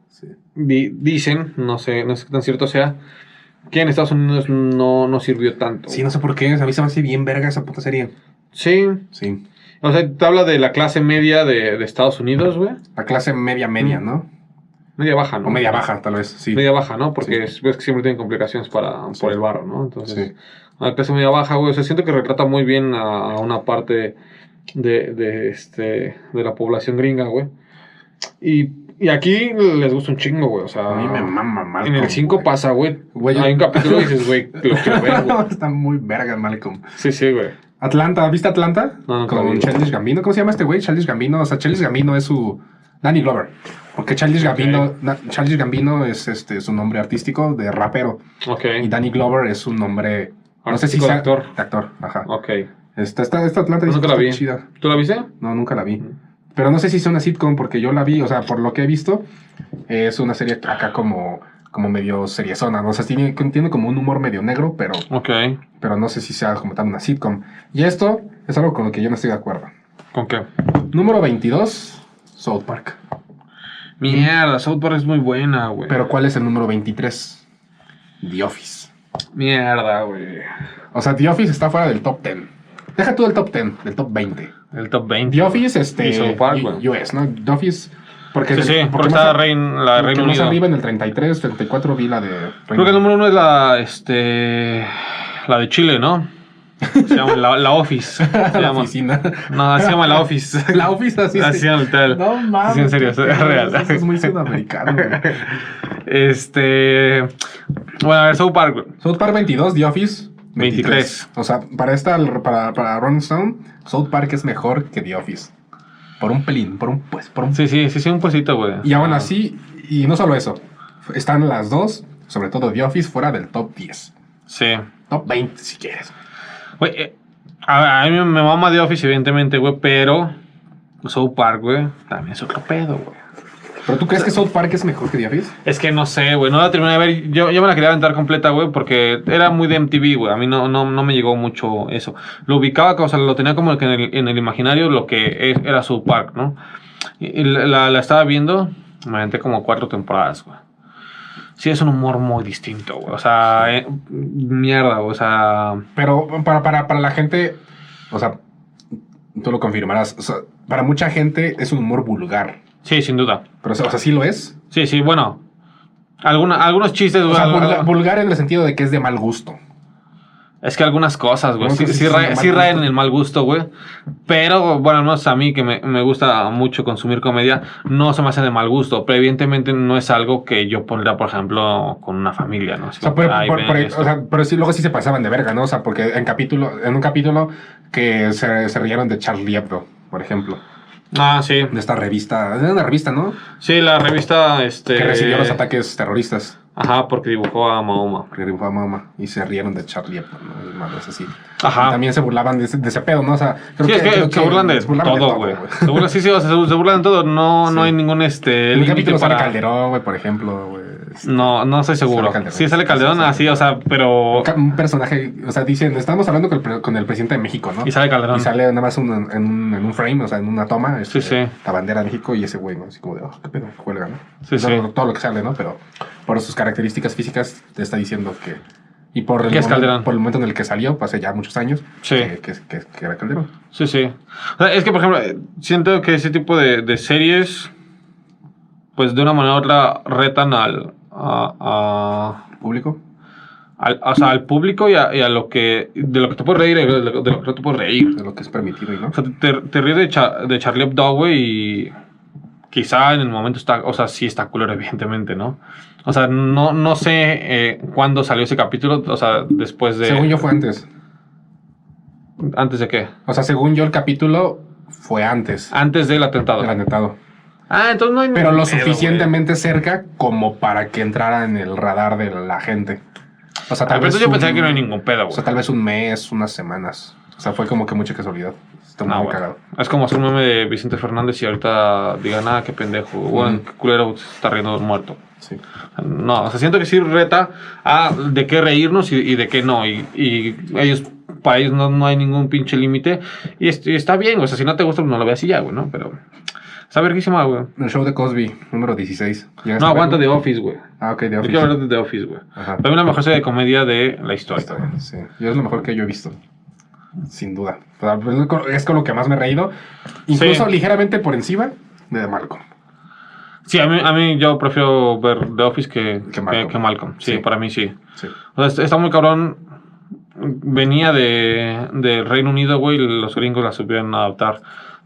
Speaker 2: Sí.
Speaker 1: di- dicen, no sé, no sé qué tan cierto sea, que en Estados Unidos no, no sirvió tanto.
Speaker 2: Sí, no sé por qué. A mí se me hace bien verga esa puta serie.
Speaker 1: Sí.
Speaker 2: Sí.
Speaker 1: O sea, te habla de la clase media de, de Estados Unidos, güey.
Speaker 2: La clase media, media,
Speaker 1: Mm.
Speaker 2: ¿no?
Speaker 1: Media baja, ¿no?
Speaker 2: O media baja, tal vez. Sí.
Speaker 1: Media baja, ¿no? Porque
Speaker 2: Sí.
Speaker 1: es- ves que siempre tienen complicaciones para,
Speaker 2: Sí.
Speaker 1: por el barro, ¿no? Entonces,
Speaker 2: Sí.
Speaker 1: la clase media baja, güey. O sea, siento que retrata muy bien a, a una parte de, de, este, de la población gringa, güey. Y, y aquí les gusta un chingo, güey. O sea,
Speaker 2: A mí me mama Malcolm.
Speaker 1: en el 5
Speaker 2: güey.
Speaker 1: pasa, güey.
Speaker 2: Güey, yo-
Speaker 1: Hay un capítulo y dices, güey, lo quiero ver, güey.
Speaker 2: Está muy verga Malcolm.
Speaker 1: Sí, sí, güey.
Speaker 2: Atlanta, ¿viste Atlanta?
Speaker 1: No, nunca lo
Speaker 2: Con
Speaker 1: vi.
Speaker 2: Childish Gambino. ¿Cómo se llama este güey? Childish Gambino. O sea, Childish Gambino es su... Danny Glover. Porque Childish Gambino, na- Childish Gambino es este, su nombre artístico de rapero.
Speaker 1: Ok.
Speaker 2: Y Danny Glover es su nombre... No sé si
Speaker 1: Artístico de
Speaker 2: sea...
Speaker 1: actor.
Speaker 2: De actor, ajá.
Speaker 1: Ok.
Speaker 2: Esta, esta, esta Atlanta
Speaker 1: Nunca
Speaker 2: dice
Speaker 1: la
Speaker 2: que
Speaker 1: vi.
Speaker 2: está chida.
Speaker 1: ¿Tú la viste?
Speaker 2: No, nunca la vi.
Speaker 1: Ujú.
Speaker 2: Pero no sé si es una sitcom porque yo la vi, o sea, por lo que he visto, eh, es una serie acá como, como medio seriezona. ¿no? O sea, tiene, tiene como un humor medio negro, pero,
Speaker 1: Ok.
Speaker 2: pero no sé si sea como tal una sitcom. Y esto es algo con lo que yo no estoy de acuerdo.
Speaker 1: ¿Con qué?
Speaker 2: Número 22, South Park.
Speaker 1: Mierda, South Park es muy buena, güey.
Speaker 2: Pero ¿cuál es el número 23? The Office.
Speaker 1: Mierda, güey.
Speaker 2: O sea, The Office está fuera del top 10. Deja tú el top 10, del top 20.
Speaker 1: El top 20.
Speaker 2: The Office, este.
Speaker 1: Y South Park, güey.
Speaker 2: U- US, ¿no? The Office. Porque
Speaker 1: Sí,
Speaker 2: del-
Speaker 1: sí, porque
Speaker 2: porque
Speaker 1: está
Speaker 2: más a-
Speaker 1: Rein- la de
Speaker 2: Porque
Speaker 1: Reino
Speaker 2: más
Speaker 1: Unido.
Speaker 2: arriba en el 33, 34 vi la de
Speaker 1: Creo
Speaker 2: Reino
Speaker 1: que el
Speaker 2: Unido.
Speaker 1: número uno es la, este, la de Chile, ¿no? Se llama la, la Office. Se
Speaker 2: la
Speaker 1: llama.
Speaker 2: oficina.
Speaker 1: No, se llama la Office.
Speaker 2: La oficina, sí.
Speaker 1: Así
Speaker 2: sí.
Speaker 1: llama el tal.
Speaker 2: No mames.
Speaker 1: Sí, en serio,
Speaker 2: qué
Speaker 1: es
Speaker 2: pedo,
Speaker 1: real.
Speaker 2: Eso es muy sudamericano. güey.
Speaker 1: Este, bueno, a ver, South Park. güey.
Speaker 2: South Park 22, The Office
Speaker 1: 23.
Speaker 2: O sea, para esta, para, para Ron Stone, South Park es mejor que The Office. Por un pelín, por un pues, por un.
Speaker 1: Sí, sí, sí, sí, un puesito, güey.
Speaker 2: Y aún así, y no solo eso, están las dos, sobre todo The Office, fuera del top 10.
Speaker 1: Sí.
Speaker 2: Top 20, si quieres.
Speaker 1: Güey, eh, a, a mí me mama de Office, evidentemente, güey, pero South Park, güey, también es otro pedo, güey.
Speaker 2: ¿Pero tú crees que South Park es mejor que The Office?
Speaker 1: Es que no sé, güey, no la terminé de ver. Yo, yo me la quería aventar completa, güey, porque era muy de MTV, güey. A mí no, no, no me llegó mucho eso. Lo ubicaba, o sea, lo tenía como que en el, en el imaginario lo que es- era su park, ¿no? Y- y la, la- la estaba viendo, me aventé como cuatro temporadas, güey. Sí, es un humor muy distinto, güey. O sea, eh, mierda, güey, o sea.
Speaker 2: Pero para, para, para la gente, o sea, tú lo confirmarás. o sea, para mucha gente es un humor vulgar.
Speaker 1: Sí, sin duda.
Speaker 2: Pero, o sea, o sea, sí lo es.
Speaker 1: Sí, sí, bueno. Alguna, algunos chistes,
Speaker 2: O
Speaker 1: güey.
Speaker 2: sea,
Speaker 1: al-
Speaker 2: vulga- vulgar en el sentido de que es de mal gusto.
Speaker 1: Es que algunas cosas, güey,
Speaker 2: Algunas
Speaker 1: sí,
Speaker 2: cosas
Speaker 1: sí
Speaker 2: sí son
Speaker 1: ra-
Speaker 2: de mal
Speaker 1: sí raen en
Speaker 2: gusto.
Speaker 1: el mal gusto, güey. Pero, bueno, al menos a mí que me, me gusta mucho consumir comedia, no se me hace de mal gusto. Pero evidentemente no es algo que yo pondría, por ejemplo, con una familia, ¿no? Así
Speaker 2: O sea,
Speaker 1: como,
Speaker 2: pero,
Speaker 1: "Ay,
Speaker 2: por-
Speaker 1: vean
Speaker 2: por-
Speaker 1: esto".
Speaker 2: o sea, pero sí, luego sí se pasaban de verga, ¿no? O sea, porque en, capítulo, en un capítulo que se, se rieron de Charlie Hebdo, por ejemplo.
Speaker 1: ah, sí.
Speaker 2: De esta revista, de una revista, ¿no?
Speaker 1: Sí, la revista, este...
Speaker 2: Que recibió los ataques terroristas.
Speaker 1: Ajá, porque dibujó a Mahoma.
Speaker 2: porque dibujó a Mahoma y se rieron de Charlie Hebdo, ¿no? Y madres así.
Speaker 1: Ajá.
Speaker 2: Y También se burlaban de ese, de ese pedo, ¿no? O sea, creo
Speaker 1: sí, es que,
Speaker 2: creo
Speaker 1: se burlan de
Speaker 2: se burlaban
Speaker 1: todo, güey.
Speaker 2: güey.
Speaker 1: Se burlan, sí, sí, o sea, se se burlan de todo. No, no
Speaker 2: Sí.
Speaker 1: hay ningún este,
Speaker 2: En un
Speaker 1: límite
Speaker 2: capítulo sale
Speaker 1: para-
Speaker 2: Calderón, güey, por ejemplo, güey. Es
Speaker 1: No, no estoy
Speaker 2: Sale
Speaker 1: seguro.
Speaker 2: Calderón.
Speaker 1: sí, sale Calderón
Speaker 2: Sí, sale
Speaker 1: así, o sea, pero...
Speaker 2: un ca- Un personaje, o sea, dicen, estamos hablando con el, pre- con el presidente de México, ¿no?
Speaker 1: Y sale Calderón.
Speaker 2: Y sale nada más un- en, un, en un frame, o sea, en una toma, este,
Speaker 1: Sí, sí.
Speaker 2: la bandera de México y ese güey, ¿no? Así como de, oh, qué pedo, cuelga, ¿no?
Speaker 1: Sí,
Speaker 2: O sea,
Speaker 1: sí.
Speaker 2: Todo, lo que sale, ¿no? Pero por sus características físicas te está diciendo que... Y por el,
Speaker 1: Que es Calderón.
Speaker 2: momento, por el momento en el que salió, hace ya muchos años,
Speaker 1: Sí.
Speaker 2: que, que- que- que era Calderón.
Speaker 1: Sí, sí. O sea, es que, por ejemplo, eh, siento que ese tipo de, de series, pues de una manera u otra, retan al, a- a-
Speaker 2: ¿Público?
Speaker 1: al, o sea, al público y a, y a lo que, de lo que te puedes reír, y de lo de lo que no te puedes reír.
Speaker 2: De lo que es permitido y no.
Speaker 1: O sea, te, te ríes de, Cha- de Charlie Hebdo, güey, y quizá en el momento está, o sea, sí está culero, evidentemente, ¿no? O sea, no, no sé eh, cuándo salió ese capítulo, o sea, después de...
Speaker 2: Según yo fue antes.
Speaker 1: ¿Antes de qué?
Speaker 2: O sea, según yo el capítulo fue antes
Speaker 1: Antes del atentado.
Speaker 2: del atentado.
Speaker 1: Ah, entonces no hay
Speaker 2: Pero
Speaker 1: ningún
Speaker 2: lo
Speaker 1: pedo, güey.
Speaker 2: suficientemente cerca como para que entrara en el radar de la gente. O sea,
Speaker 1: Al principio Ah, yo
Speaker 2: un-
Speaker 1: pensaba que no hay ningún pedo,
Speaker 2: O
Speaker 1: güey.
Speaker 2: sea, tal vez un mes, unas semanas. O sea, fue como que mucha casualidad. Está
Speaker 1: No,
Speaker 2: muy
Speaker 1: güey.
Speaker 2: cagado.
Speaker 1: Es como hacer un meme de Vicente Fernández y ahorita diga nada, qué pendejo. Bueno,
Speaker 2: Mm.
Speaker 1: qué culero se está riendo de un muerto.
Speaker 2: Sí.
Speaker 1: No, o sea, siento que sí reta a de qué reírnos y, y de qué no. Y, y ellos, para ellos no, no hay ningún pinche límite. Y, est- y está bien, o sea, si no te gusta, pues no lo veas y ya, güey, ¿no? Pero está verguísima, güey.
Speaker 2: El show de Cosby, número 16. ¿Llegaste
Speaker 1: No
Speaker 2: a verlo?
Speaker 1: aguanta The Office, güey.
Speaker 2: Ah, ok, de
Speaker 1: Yo
Speaker 2: Office.
Speaker 1: quiero hablar de The Office, güey.
Speaker 2: Ajá.
Speaker 1: Para mí la mejor serie de comedia de la historia.
Speaker 2: Está bien, sí. Yo es lo mejor que yo he visto. Sin duda. O sea, pues, es con- es con lo que más me he reído. Incluso
Speaker 1: Sí.
Speaker 2: ligeramente por encima de Malcolm.
Speaker 1: Sí, a mí, a mí yo prefiero ver The Office que,
Speaker 2: Que
Speaker 1: que,
Speaker 2: Malcolm.
Speaker 1: que Malcolm. Sí,
Speaker 2: Sí.
Speaker 1: para mí sí.
Speaker 2: Sí.
Speaker 1: O sea, está- está muy cabrón. Venía de, de Reino Unido, güey, y los gringos la supieron adaptar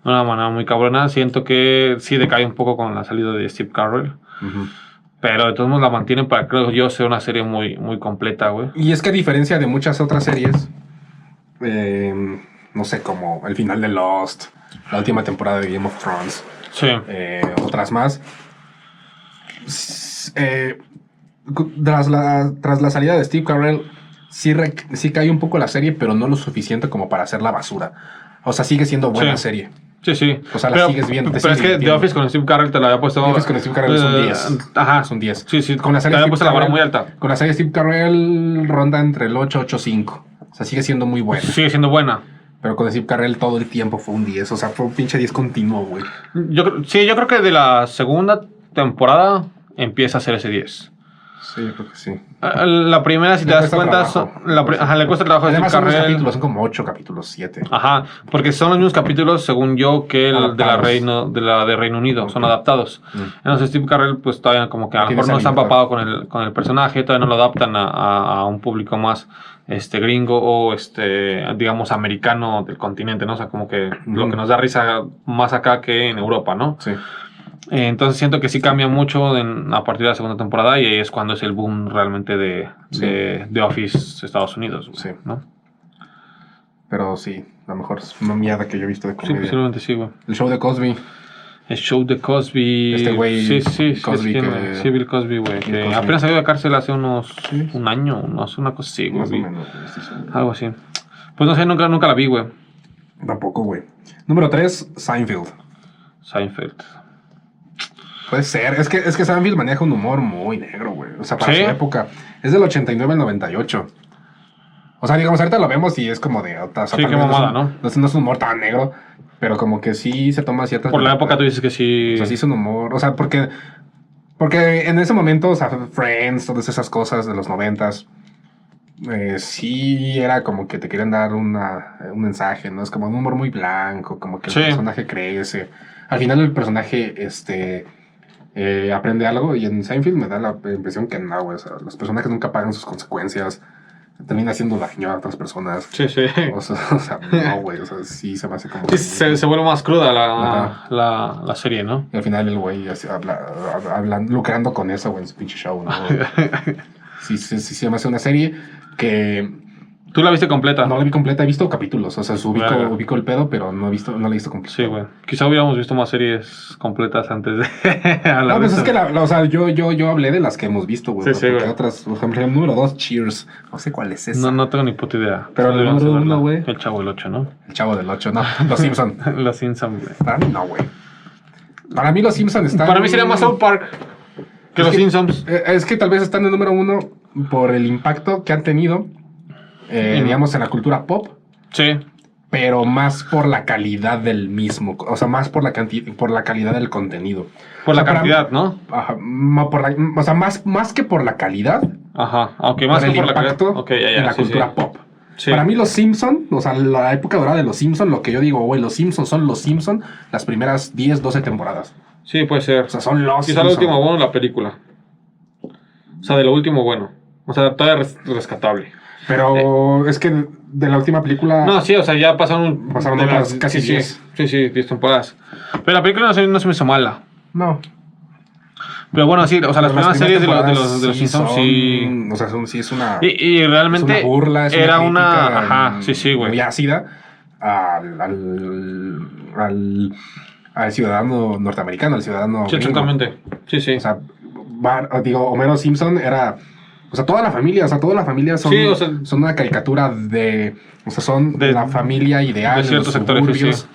Speaker 1: de una manera muy cabrona. Siento que sí decae un poco con la salida de Steve Carell, pero de todos modos la mantienen para, creo yo, ser una serie muy, muy completa, güey.
Speaker 2: Y es que a diferencia de muchas otras series, eh, no sé, como el final de Lost, la última temporada de Game of Thrones,
Speaker 1: Sí,
Speaker 2: eh, otras más, s- eh, cu- tras, la, tras la salida de Steve Carell, sí, re- sí cae un poco la serie, pero no lo suficiente como para hacer la basura. O sea, sigue siendo buena
Speaker 1: Sí.
Speaker 2: serie.
Speaker 1: sí, sí.
Speaker 2: O sea, la sigues viendo, te
Speaker 1: Pero
Speaker 2: sigues
Speaker 1: es que The
Speaker 2: divirtiendo.
Speaker 1: Office con Steve Carell te la había puesto.
Speaker 2: The Office con Steve Carell es un
Speaker 1: eh,
Speaker 2: 10.
Speaker 1: Ajá.
Speaker 2: Es un 10.
Speaker 1: Sí, sí.
Speaker 2: Ah, Con la serie
Speaker 1: Te había
Speaker 2: Steve
Speaker 1: puesto la vara
Speaker 2: Carell-
Speaker 1: muy alta.
Speaker 2: Con la serie Steve Carell ronda entre el 8 8 5. O sea, sigue siendo muy buena.
Speaker 1: Sigue siendo buena.
Speaker 2: Pero con Steve Carrell todo el tiempo fue un 10. O sea, fue un pinche 10 continuo, güey.
Speaker 1: Yo, creo- sí, yo creo que de la segunda temporada empieza a ser ese 10.
Speaker 2: Sí, yo creo que sí.
Speaker 1: Ah, La primera, si
Speaker 2: Le
Speaker 1: te das
Speaker 2: cuesta
Speaker 1: cuenta,
Speaker 2: trabajo.
Speaker 1: son- la pri- ajá, le cuesta trabajo decir
Speaker 2: Además son unos
Speaker 1: carrera.
Speaker 2: capítulos, son como 8 capítulos, 7.
Speaker 1: Ajá, porque son los mismos capítulos, según yo, que el de la,
Speaker 2: Adaptados.
Speaker 1: Reino, de la de Reino Unido, son
Speaker 2: Ok.
Speaker 1: adaptados. Entonces Steve Carrell, pues todavía como que a lo
Speaker 2: Tiene
Speaker 1: mejor
Speaker 2: esa
Speaker 1: no está
Speaker 2: libertad.
Speaker 1: empapado con el, con el personaje, todavía no lo adaptan a, a- a un público más este gringo o este digamos americano del continente, ¿no? O sea, como que lo
Speaker 2: Ujú.
Speaker 1: que nos da risa más acá que en Europa, ¿no?
Speaker 2: Sí.
Speaker 1: Eh, Entonces siento que sí cambia mucho en- a partir de la segunda temporada y ahí es cuando es el boom realmente de,
Speaker 2: Sí.
Speaker 1: de, de Office Estados Unidos. güey,
Speaker 2: Sí.
Speaker 1: ¿no?
Speaker 2: Pero sí, la mejor es una mierda que yo he visto de
Speaker 1: sí
Speaker 2: comedia.
Speaker 1: posiblemente sí, güey.
Speaker 2: El show de Cosby.
Speaker 1: El show de Cosby.
Speaker 2: Este güey,
Speaker 1: Sí, sí, sí,
Speaker 2: Cosby
Speaker 1: sí,
Speaker 2: que-
Speaker 1: sí, Bill Cosby, güey.
Speaker 2: Bill
Speaker 1: que
Speaker 2: Cosby.
Speaker 1: Apenas salió de cárcel hace unos.
Speaker 2: Sí.
Speaker 1: Un año, no sé, una cosa así, güey.
Speaker 2: Más o menos. güey, sí, sí.
Speaker 1: Algo así. Pues no sé, nunca, nunca la vi, güey.
Speaker 2: Tampoco, güey. Número 3, Seinfeld.
Speaker 1: Seinfeld.
Speaker 2: Puede ser. Es que, es que Seinfeld maneja un humor muy negro, güey. O sea, para
Speaker 1: Sí.
Speaker 2: su época. Es del 89 al 98. O sea, digamos, ahorita lo vemos y es como de... O sea,
Speaker 1: Sí,
Speaker 2: tal
Speaker 1: qué
Speaker 2: vez es un-
Speaker 1: mamada, ¿no?
Speaker 2: No es, no es un humor tan negro, pero como que sí se toma ciertas...
Speaker 1: Por la época tú dices que sí.
Speaker 2: O sea, sí es un humor. O sea, porque. Porque en ese momento, o sea, Friends, todas esas cosas de los noventas. eh, sí era como que te quieren dar una, un mensaje, ¿no? Es como un humor muy blanco, como que el
Speaker 1: Sí.
Speaker 2: personaje crece. Al final el personaje este eh, aprende algo y en Seinfeld me da la impresión que no, güey. O sea, los personajes nunca pagan sus consecuencias, termina haciendo daño a otras personas.
Speaker 1: Sí, sí.
Speaker 2: O sea, o sea, no, güey. O sea, sí se me hace como...
Speaker 1: Sí, se, se vuelve más cruda la,
Speaker 2: Ajá.
Speaker 1: la, la serie, ¿no?
Speaker 2: Y al final el güey así habla, hab- hablan- lucrando con eso, güey, en su pinche show, ¿no? sí, sí, sí, se me hace una serie que
Speaker 1: Tú la viste completa.
Speaker 2: No la vi completa, he visto capítulos. O sea, su ubico,
Speaker 1: Verga.
Speaker 2: ubico el pedo, pero no, he visto, no la he visto completa.
Speaker 1: Sí, güey. Quizá hubiéramos visto más series completas antes de. a la
Speaker 2: No, pues
Speaker 1: vez.
Speaker 2: es que la, la- o sea, yo, yo, yo hablé de las que hemos visto, güey.
Speaker 1: Sí, sí,
Speaker 2: porque
Speaker 1: güey.
Speaker 2: otras, por ejemplo, el número 2, Cheers. No sé cuál es ese.
Speaker 1: No, no tengo ni puta idea.
Speaker 2: Pero
Speaker 1: Solo
Speaker 2: el
Speaker 1: íbamos a
Speaker 2: número
Speaker 1: verla.
Speaker 2: uno, güey.
Speaker 1: El chavo el 8, ¿no?
Speaker 2: El chavo del 8, no. Los Simpson.
Speaker 1: Los Simpsons, güey.
Speaker 2: Para mí no, güey. Para mí los Simpson están.
Speaker 3: Para mí sería más South Park que
Speaker 2: Es
Speaker 3: los
Speaker 2: que-
Speaker 3: Simpsons.
Speaker 2: Eh, Es que tal vez están en el número uno por el impacto que han tenido, eh,
Speaker 1: Mm.
Speaker 2: digamos, en la cultura pop,
Speaker 1: Sí.
Speaker 2: pero más por la calidad del mismo, o sea, más por la canti- por la calidad del contenido.
Speaker 1: Por la
Speaker 2: O sea, para-
Speaker 1: cantidad, ¿no?
Speaker 2: Ajá, ma- por la- o sea, más, más que por la calidad,
Speaker 1: Ajá. Aunque más
Speaker 2: por
Speaker 1: que por
Speaker 2: el
Speaker 1: la
Speaker 2: impacto
Speaker 1: cantidad. Ok, ya, ya.
Speaker 2: en la
Speaker 1: sí,
Speaker 2: cultura
Speaker 1: sí.
Speaker 2: pop.
Speaker 1: Sí.
Speaker 2: Para mí los Simpson, o sea, la época dorada de los Simpson, lo que yo digo, güey, los Simpson son los Simpson las primeras 10, 12 temporadas.
Speaker 1: Sí, puede ser.
Speaker 2: O sea, son los
Speaker 1: Quizá lo
Speaker 2: Simpson.
Speaker 1: último bueno es la película. O sea, de lo último bueno. O sea, todavía res- rescatable.
Speaker 2: Pero es que de la última película...
Speaker 1: Eh, No, sí, o sea, ya pasaron.
Speaker 2: Ah. Pasaron
Speaker 1: de
Speaker 2: otras casi
Speaker 1: sí, sí.
Speaker 2: 10.
Speaker 1: Sí, sí, 10 temporadas. Pero la película no se, no se me hizo mala.
Speaker 2: no.
Speaker 1: Pero bueno, sí, o sea, las, primeras series de, los- de los, de los Simpsons
Speaker 2: temporadas
Speaker 1: sí.
Speaker 2: son- O sea, son, sí es una,
Speaker 1: Y,
Speaker 2: es
Speaker 1: y realmente.
Speaker 2: una burla, es
Speaker 1: era una.
Speaker 2: crítica,
Speaker 1: Ajá,
Speaker 2: mm,
Speaker 1: sí, sí, güey.
Speaker 2: Muy ácida al, al, al, al ciudadano norteamericano, al ciudadano.
Speaker 1: Sí,
Speaker 2: gringo.
Speaker 1: exactamente. Sí, sí.
Speaker 2: O sea, Bar- digo, Homero Simpson era. O sea, toda la familia, o sea, toda la familia son,
Speaker 1: Sí, o sea-
Speaker 2: son una caricatura de. O sea, son
Speaker 1: De-
Speaker 2: de, la familia ideal.
Speaker 1: de
Speaker 2: los
Speaker 1: ciertos sectores, sí,
Speaker 2: suburbios.
Speaker 1: sí.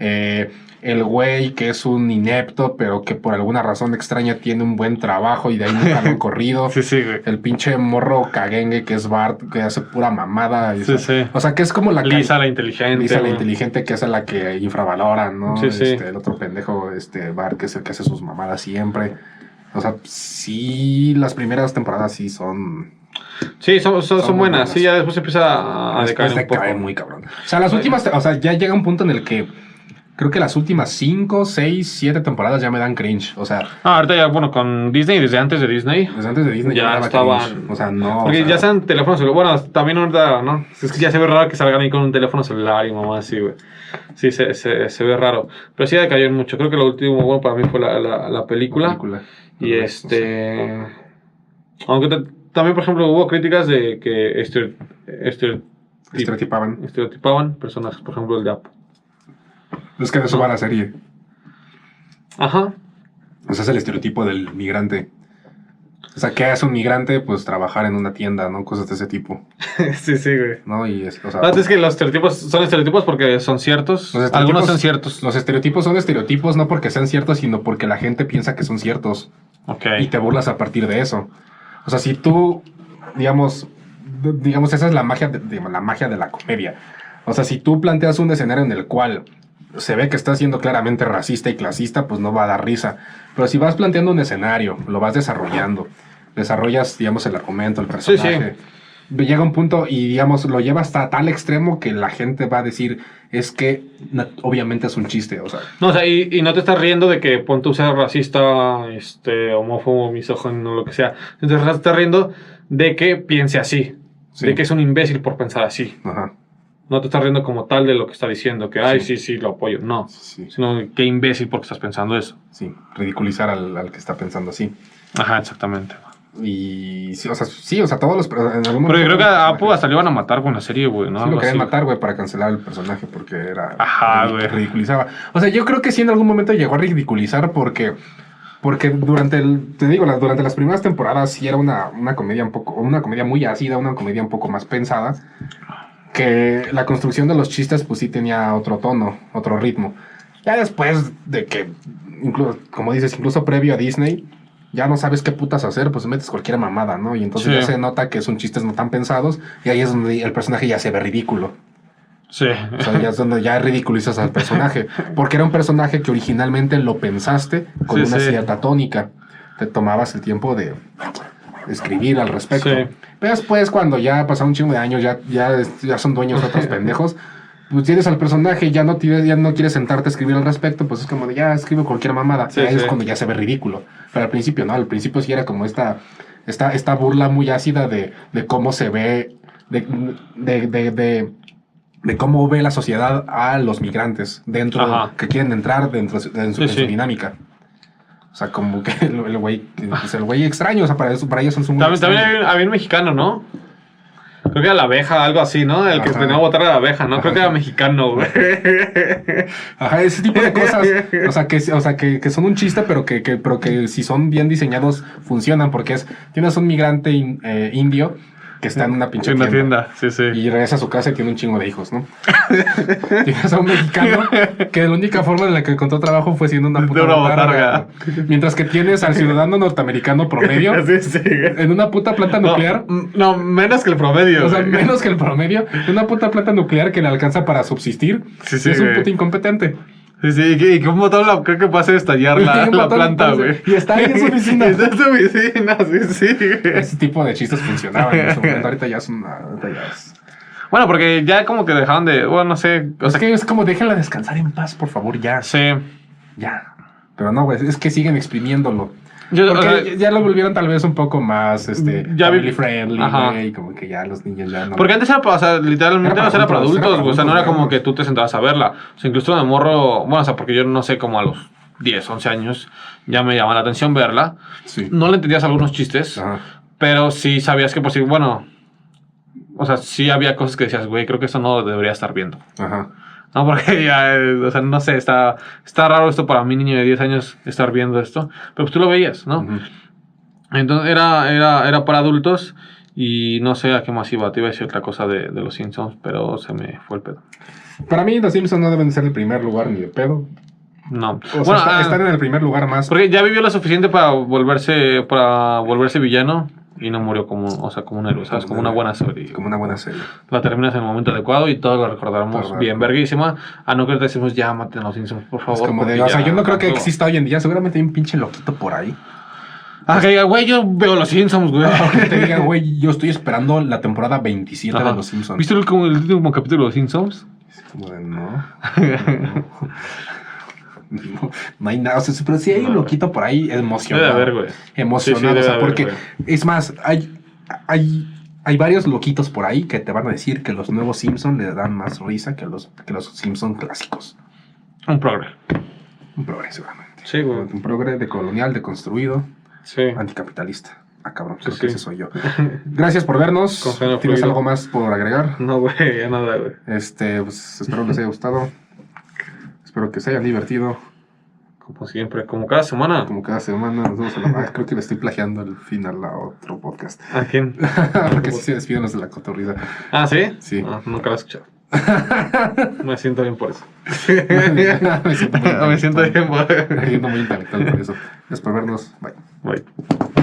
Speaker 2: Eh, el güey que es un inepto, pero que por alguna razón extraña tiene un buen trabajo y de ahí nunca lo han corrido.
Speaker 1: sí, sí, güey.
Speaker 2: El pinche morro caguengue que es Bart, que hace pura mamada. y-
Speaker 1: Sí, sí.
Speaker 2: O sea, que es como la cari-
Speaker 1: Lisa la inteligente.
Speaker 2: Lisa la
Speaker 1: güey.
Speaker 2: inteligente, que es a la que infravaloran, ¿no?
Speaker 1: Sí, sí.
Speaker 2: Este, el otro pendejo, este, Bart, que es el que hace sus mamadas siempre. O sea, sí, las primeras temporadas sí son...
Speaker 1: Sí, son, son, son
Speaker 2: Son muy
Speaker 1: buenas.
Speaker 2: buenas.
Speaker 1: Sí, ya después empieza a decaer Ah,
Speaker 2: después
Speaker 1: un
Speaker 2: de
Speaker 1: poco.
Speaker 2: caer este, muy cabrón. O sea, las últimas... O sea, ya llega un punto en el que... Creo que las últimas 5, 6, 7 temporadas ya me dan cringe. O sea,
Speaker 1: Ah, ahorita ya, bueno, con Disney, desde antes de Disney.
Speaker 2: desde antes de Disney
Speaker 1: Ya
Speaker 2: me daba
Speaker 1: estaban-
Speaker 2: cringe. O sea, no...
Speaker 1: Porque
Speaker 2: o sea,
Speaker 1: ya sean teléfonos celulares. Bueno, también ahorita, ¿no? Es que ya se ve raro que salgan ahí con un teléfono celular y mamá así, güey. Sí, se, se, se ve raro. Pero sí decayó mucho. Creo que lo último bueno para mí fue la, la, la película. Y
Speaker 2: Ajá,
Speaker 1: este. Aunque ta- también, por ejemplo, hubo críticas de que estere- estere-
Speaker 2: o sea, Estereotipaban.
Speaker 1: estereotipaban personajes, por ejemplo, el de Apu.
Speaker 2: Es que de eso va la serie.
Speaker 1: Ajá.
Speaker 2: O sea, es el estereotipo del migrante. O sea, ¿qué hace un migrante? Pues trabajar en una tienda, ¿no? Cosas de ese tipo,
Speaker 1: sí, sí, güey.
Speaker 2: ¿no? Y es, o sea,
Speaker 1: No, Ah, es que los estereotipos son estereotipos porque son ciertos.
Speaker 2: Los estereotipos-
Speaker 1: Algunos son ciertos.
Speaker 2: los estereotipos son estereotipos no porque sean ciertos, sino porque la gente piensa que son ciertos
Speaker 1: Ok.
Speaker 2: y te burlas a partir de eso. O sea, si tú, digamos, d- digamos, esa es la magia de, de- la magia de la comedia. O sea, si tú planteas un escenario en el cual se ve que estás siendo claramente racista y clasista, pues no va a dar risa. Pero si vas planteando un escenario, lo vas desarrollando, desarrollas, digamos, el argumento, el
Speaker 1: Sí, sí.
Speaker 2: personaje. Llega un punto y, digamos, lo lleva hasta tal extremo que la gente va a decir, es que na- obviamente es un chiste, o sea,
Speaker 1: No, o sea, y, y no te estás riendo de que pon tú seas racista, este, homófobo, misógino, lo que sea. Entonces te estás riendo de que piense así.
Speaker 2: Sí.
Speaker 1: De que es un imbécil por pensar así.
Speaker 2: ajá,
Speaker 1: No te estás riendo como tal de lo que está diciendo, que, ay, sí,
Speaker 2: Sí.
Speaker 1: sí, lo apoyo. No.
Speaker 2: sí,
Speaker 1: Sino, qué imbécil porque estás pensando eso.
Speaker 2: sí, ridiculizar al- al que está pensando así.
Speaker 1: Ajá, exactamente.
Speaker 2: Y sí, o sea, sí, o sea, todos los. pero En algún
Speaker 1: Pero yo
Speaker 2: momento
Speaker 1: creo que a
Speaker 2: todos los
Speaker 1: Apu hasta le iban a matar con la serie, güey, ¿no?
Speaker 2: personajes- sí lo
Speaker 1: Algo
Speaker 2: querían
Speaker 1: así.
Speaker 2: matar, güey, para cancelar el personaje porque era.
Speaker 1: Ajá,
Speaker 2: ridic-
Speaker 1: güey.
Speaker 2: Ridiculizaba. O sea, yo creo que sí en algún momento llegó a ridiculizar porque. Porque durante el. Te digo, las- durante las primeras temporadas sí era una, una comedia un poco. Una comedia muy ácida, una comedia un poco más pensada. Que la construcción de los chistes, pues sí tenía otro tono, otro ritmo. Ya después de que. Incluso, como dices, incluso previo a Disney. Ya no sabes qué putas hacer, pues metes cualquier mamada, ¿no? Y entonces
Speaker 1: Sí.
Speaker 2: ya se nota que son chistes no tan pensados y ahí es donde el personaje ya se ve ridículo.
Speaker 1: Sí.
Speaker 2: O sea, ya es donde ya ridiculizas al personaje. Porque era un personaje que originalmente lo pensaste con
Speaker 1: Sí,
Speaker 2: una
Speaker 1: sí.
Speaker 2: cierta tónica. Te tomabas el tiempo de escribir al respecto.
Speaker 1: Sí.
Speaker 2: Pero después, cuando ya pasaron un chingo de años, ya, ya, es- ya son dueños de otros pendejos. Pues tienes al personaje, ya no, tienes, ya no quieres sentarte a escribir al respecto, pues es como de ya escribo cualquier mamada.
Speaker 1: Sí,
Speaker 2: Ya es
Speaker 1: sí.
Speaker 2: cuando ya se ve ridículo. Pero al principio, ¿no? Al principio sí era como esta, esta, esta burla muy ácida de, de cómo se ve, de, de, de, de, de cómo ve la sociedad a los migrantes dentro,
Speaker 1: Ajá.
Speaker 2: que quieren entrar dentro de su, en su-
Speaker 1: Sí,
Speaker 2: en su
Speaker 1: sí.
Speaker 2: dinámica. O sea, como que el el güey, pues, el güey extraño, o sea, para, eso, para ellos son su mundo
Speaker 1: También, también
Speaker 2: extraño.
Speaker 1: había, había un mexicano, ¿no? Creo que era la abeja, algo así, ¿no? El que
Speaker 2: Ajá.
Speaker 1: tenía que botar a la abeja, ¿no? Creo que era mexicano, güey.
Speaker 2: Ajá, ese tipo de cosas. O sea, que, o sea, que, que son un chiste, pero que, que- pero que si son bien diseñados, funcionan. Porque es, tienes un migrante in- eh, indio que está en una pinche
Speaker 1: En la tienda, sí, sí.
Speaker 2: Y regresa a su casa y tiene un chingo de hijos, ¿no? Tienes a un mexicano que la única forma en la que encontró trabajo fue siendo una
Speaker 1: De
Speaker 2: puta
Speaker 1: una
Speaker 2: botarga. Mientras que tienes al ciudadano norteamericano promedio
Speaker 1: Sí, sí, güey.
Speaker 2: en una puta planta
Speaker 1: No,
Speaker 2: nuclear.
Speaker 1: m- No, menos que el promedio.
Speaker 2: O sea,
Speaker 1: güey.
Speaker 2: menos que el promedio, en una puta planta nuclear que le alcanza para subsistir.
Speaker 1: Sí, sí,
Speaker 2: es un
Speaker 1: güey.
Speaker 2: puto incompetente.
Speaker 1: Sí, sí, y que- y que un botón la- creo que puede hacer estallar
Speaker 2: Y
Speaker 1: la,
Speaker 2: un
Speaker 1: la
Speaker 2: botón,
Speaker 1: planta, güey.
Speaker 2: entonces, y está ahí en su oficina.
Speaker 1: está en su oficina, sí, sí. güey.
Speaker 2: Ese tipo de chistes funcionaban en su momento. Ahorita ya son. ah, Ahorita ya es-
Speaker 1: Bueno, porque ya como que dejaron de. Bueno, no sé. O
Speaker 2: Es
Speaker 1: sea,
Speaker 2: que es como déjenla descansar en paz, por favor, ya.
Speaker 1: sí.
Speaker 2: Ya. Pero no, güey, es que siguen exprimiéndolo.
Speaker 1: Yo, o
Speaker 2: Porque
Speaker 1: sea,
Speaker 2: ya- ya lo volvieron tal vez un poco más este,
Speaker 1: Mm, Ya vi-
Speaker 2: family friendly,
Speaker 1: Ajá.
Speaker 2: güey, como que ya los niños ya no.
Speaker 1: Porque antes era, para- o sea, literalmente
Speaker 2: Era
Speaker 1: no
Speaker 2: para
Speaker 1: era para
Speaker 2: adultos,
Speaker 1: adultos,
Speaker 2: era
Speaker 1: güey, o sea, no
Speaker 2: para
Speaker 1: era como
Speaker 2: adultos,
Speaker 1: que tú te sentabas a verla. O sea, incluso de morro, bueno, o sea, porque yo no sé, como a los 10, 11 años, ya me llamaba la atención verla.
Speaker 2: Sí.
Speaker 1: No le entendías algunos chistes,
Speaker 2: Ajá.
Speaker 1: pero sí sabías que, pues sí, bueno, o sea, sí había cosas que decías, güey, creo que esto no debería estar viendo.
Speaker 2: Ajá.
Speaker 1: No, porque ya, eh, o sea, no sé, está, está raro esto para mi niño de 10 años estar viendo esto, pero pues tú lo veías, ¿no?
Speaker 2: Ujú.
Speaker 1: Entonces era, era, era para adultos y no sé a qué más iba. Te iba a decir otra cosa de, de los Simpsons, pero se me fue el pedo.
Speaker 2: Para mí, los Simpsons no deben de ser el primer lugar ni de pedo.
Speaker 1: No.
Speaker 2: O sea,
Speaker 1: bueno,
Speaker 2: está-
Speaker 1: ah,
Speaker 2: están en el primer lugar más.
Speaker 1: porque ya vivió lo suficiente para volverse, para volverse villano y no murió como, o sea, como un héroe, ¿sabes? Como una buena serie.
Speaker 2: Como una buena serie.
Speaker 1: La terminas en el momento adecuado y todos la recordaremos
Speaker 2: Correcto.
Speaker 1: bien verguísima. A no que te decimos, ya maten a los Simpsons, por favor.
Speaker 2: es como de,
Speaker 1: porque
Speaker 2: o sea,
Speaker 1: ya
Speaker 2: yo no creo que
Speaker 1: tanto".
Speaker 2: exista hoy en día. Seguramente hay un pinche loquito por ahí.
Speaker 1: Ah, que diga, güey, yo veo los Simpsons, güey.
Speaker 2: Que te diga, güey, yo estoy esperando la temporada 27
Speaker 1: Ajá.
Speaker 2: de Los Simpsons.
Speaker 1: ¿Viste el, como el último capítulo de los Simpsons?
Speaker 2: Como de, no. No, no hay nada. O sea, pero si hay un loquito por ahí
Speaker 1: Debe
Speaker 2: emocionado.
Speaker 1: haber, güey. Sí, sí,
Speaker 2: emocionado.
Speaker 1: debe
Speaker 2: o sea,
Speaker 1: haber,
Speaker 2: porque
Speaker 1: güey.
Speaker 2: es más, hay, hay, hay varios loquitos por ahí que te van a decir que los nuevos Simpsons le dan más risa que los, que los Simpsons clásicos.
Speaker 1: Un progre.
Speaker 2: Un progre, seguramente.
Speaker 1: Sí, güey.
Speaker 2: Un progre de colonial, de construido,
Speaker 1: Sí.
Speaker 2: anticapitalista. Ah, cabrón,
Speaker 1: Sí,
Speaker 2: creo
Speaker 1: sí.
Speaker 2: que ese soy yo. Gracias por vernos.
Speaker 1: Con freno
Speaker 2: ¿Tienes
Speaker 1: fluido.
Speaker 2: algo más por agregar?
Speaker 1: No, güey, ya nada, güey.
Speaker 2: Este, pues espero les haya gustado. Espero que se hayan divertido.
Speaker 1: Como siempre, como cada semana.
Speaker 2: Como cada semana nos vemos a la Ah, Creo que le estoy plagiando el final a otro podcast.
Speaker 1: ¿A quién?
Speaker 2: Porque sí se despiden los de la cotorrida.
Speaker 1: Ah, ¿sí?
Speaker 2: Sí.
Speaker 1: Ah, nunca lo he escuchado. Me siento bien por eso.
Speaker 2: me siento muy
Speaker 1: Me siento
Speaker 2: intelectual.
Speaker 1: bien por
Speaker 2: Me siento muy intelectual por eso. Gracias por vernos. Bye.
Speaker 1: Bye.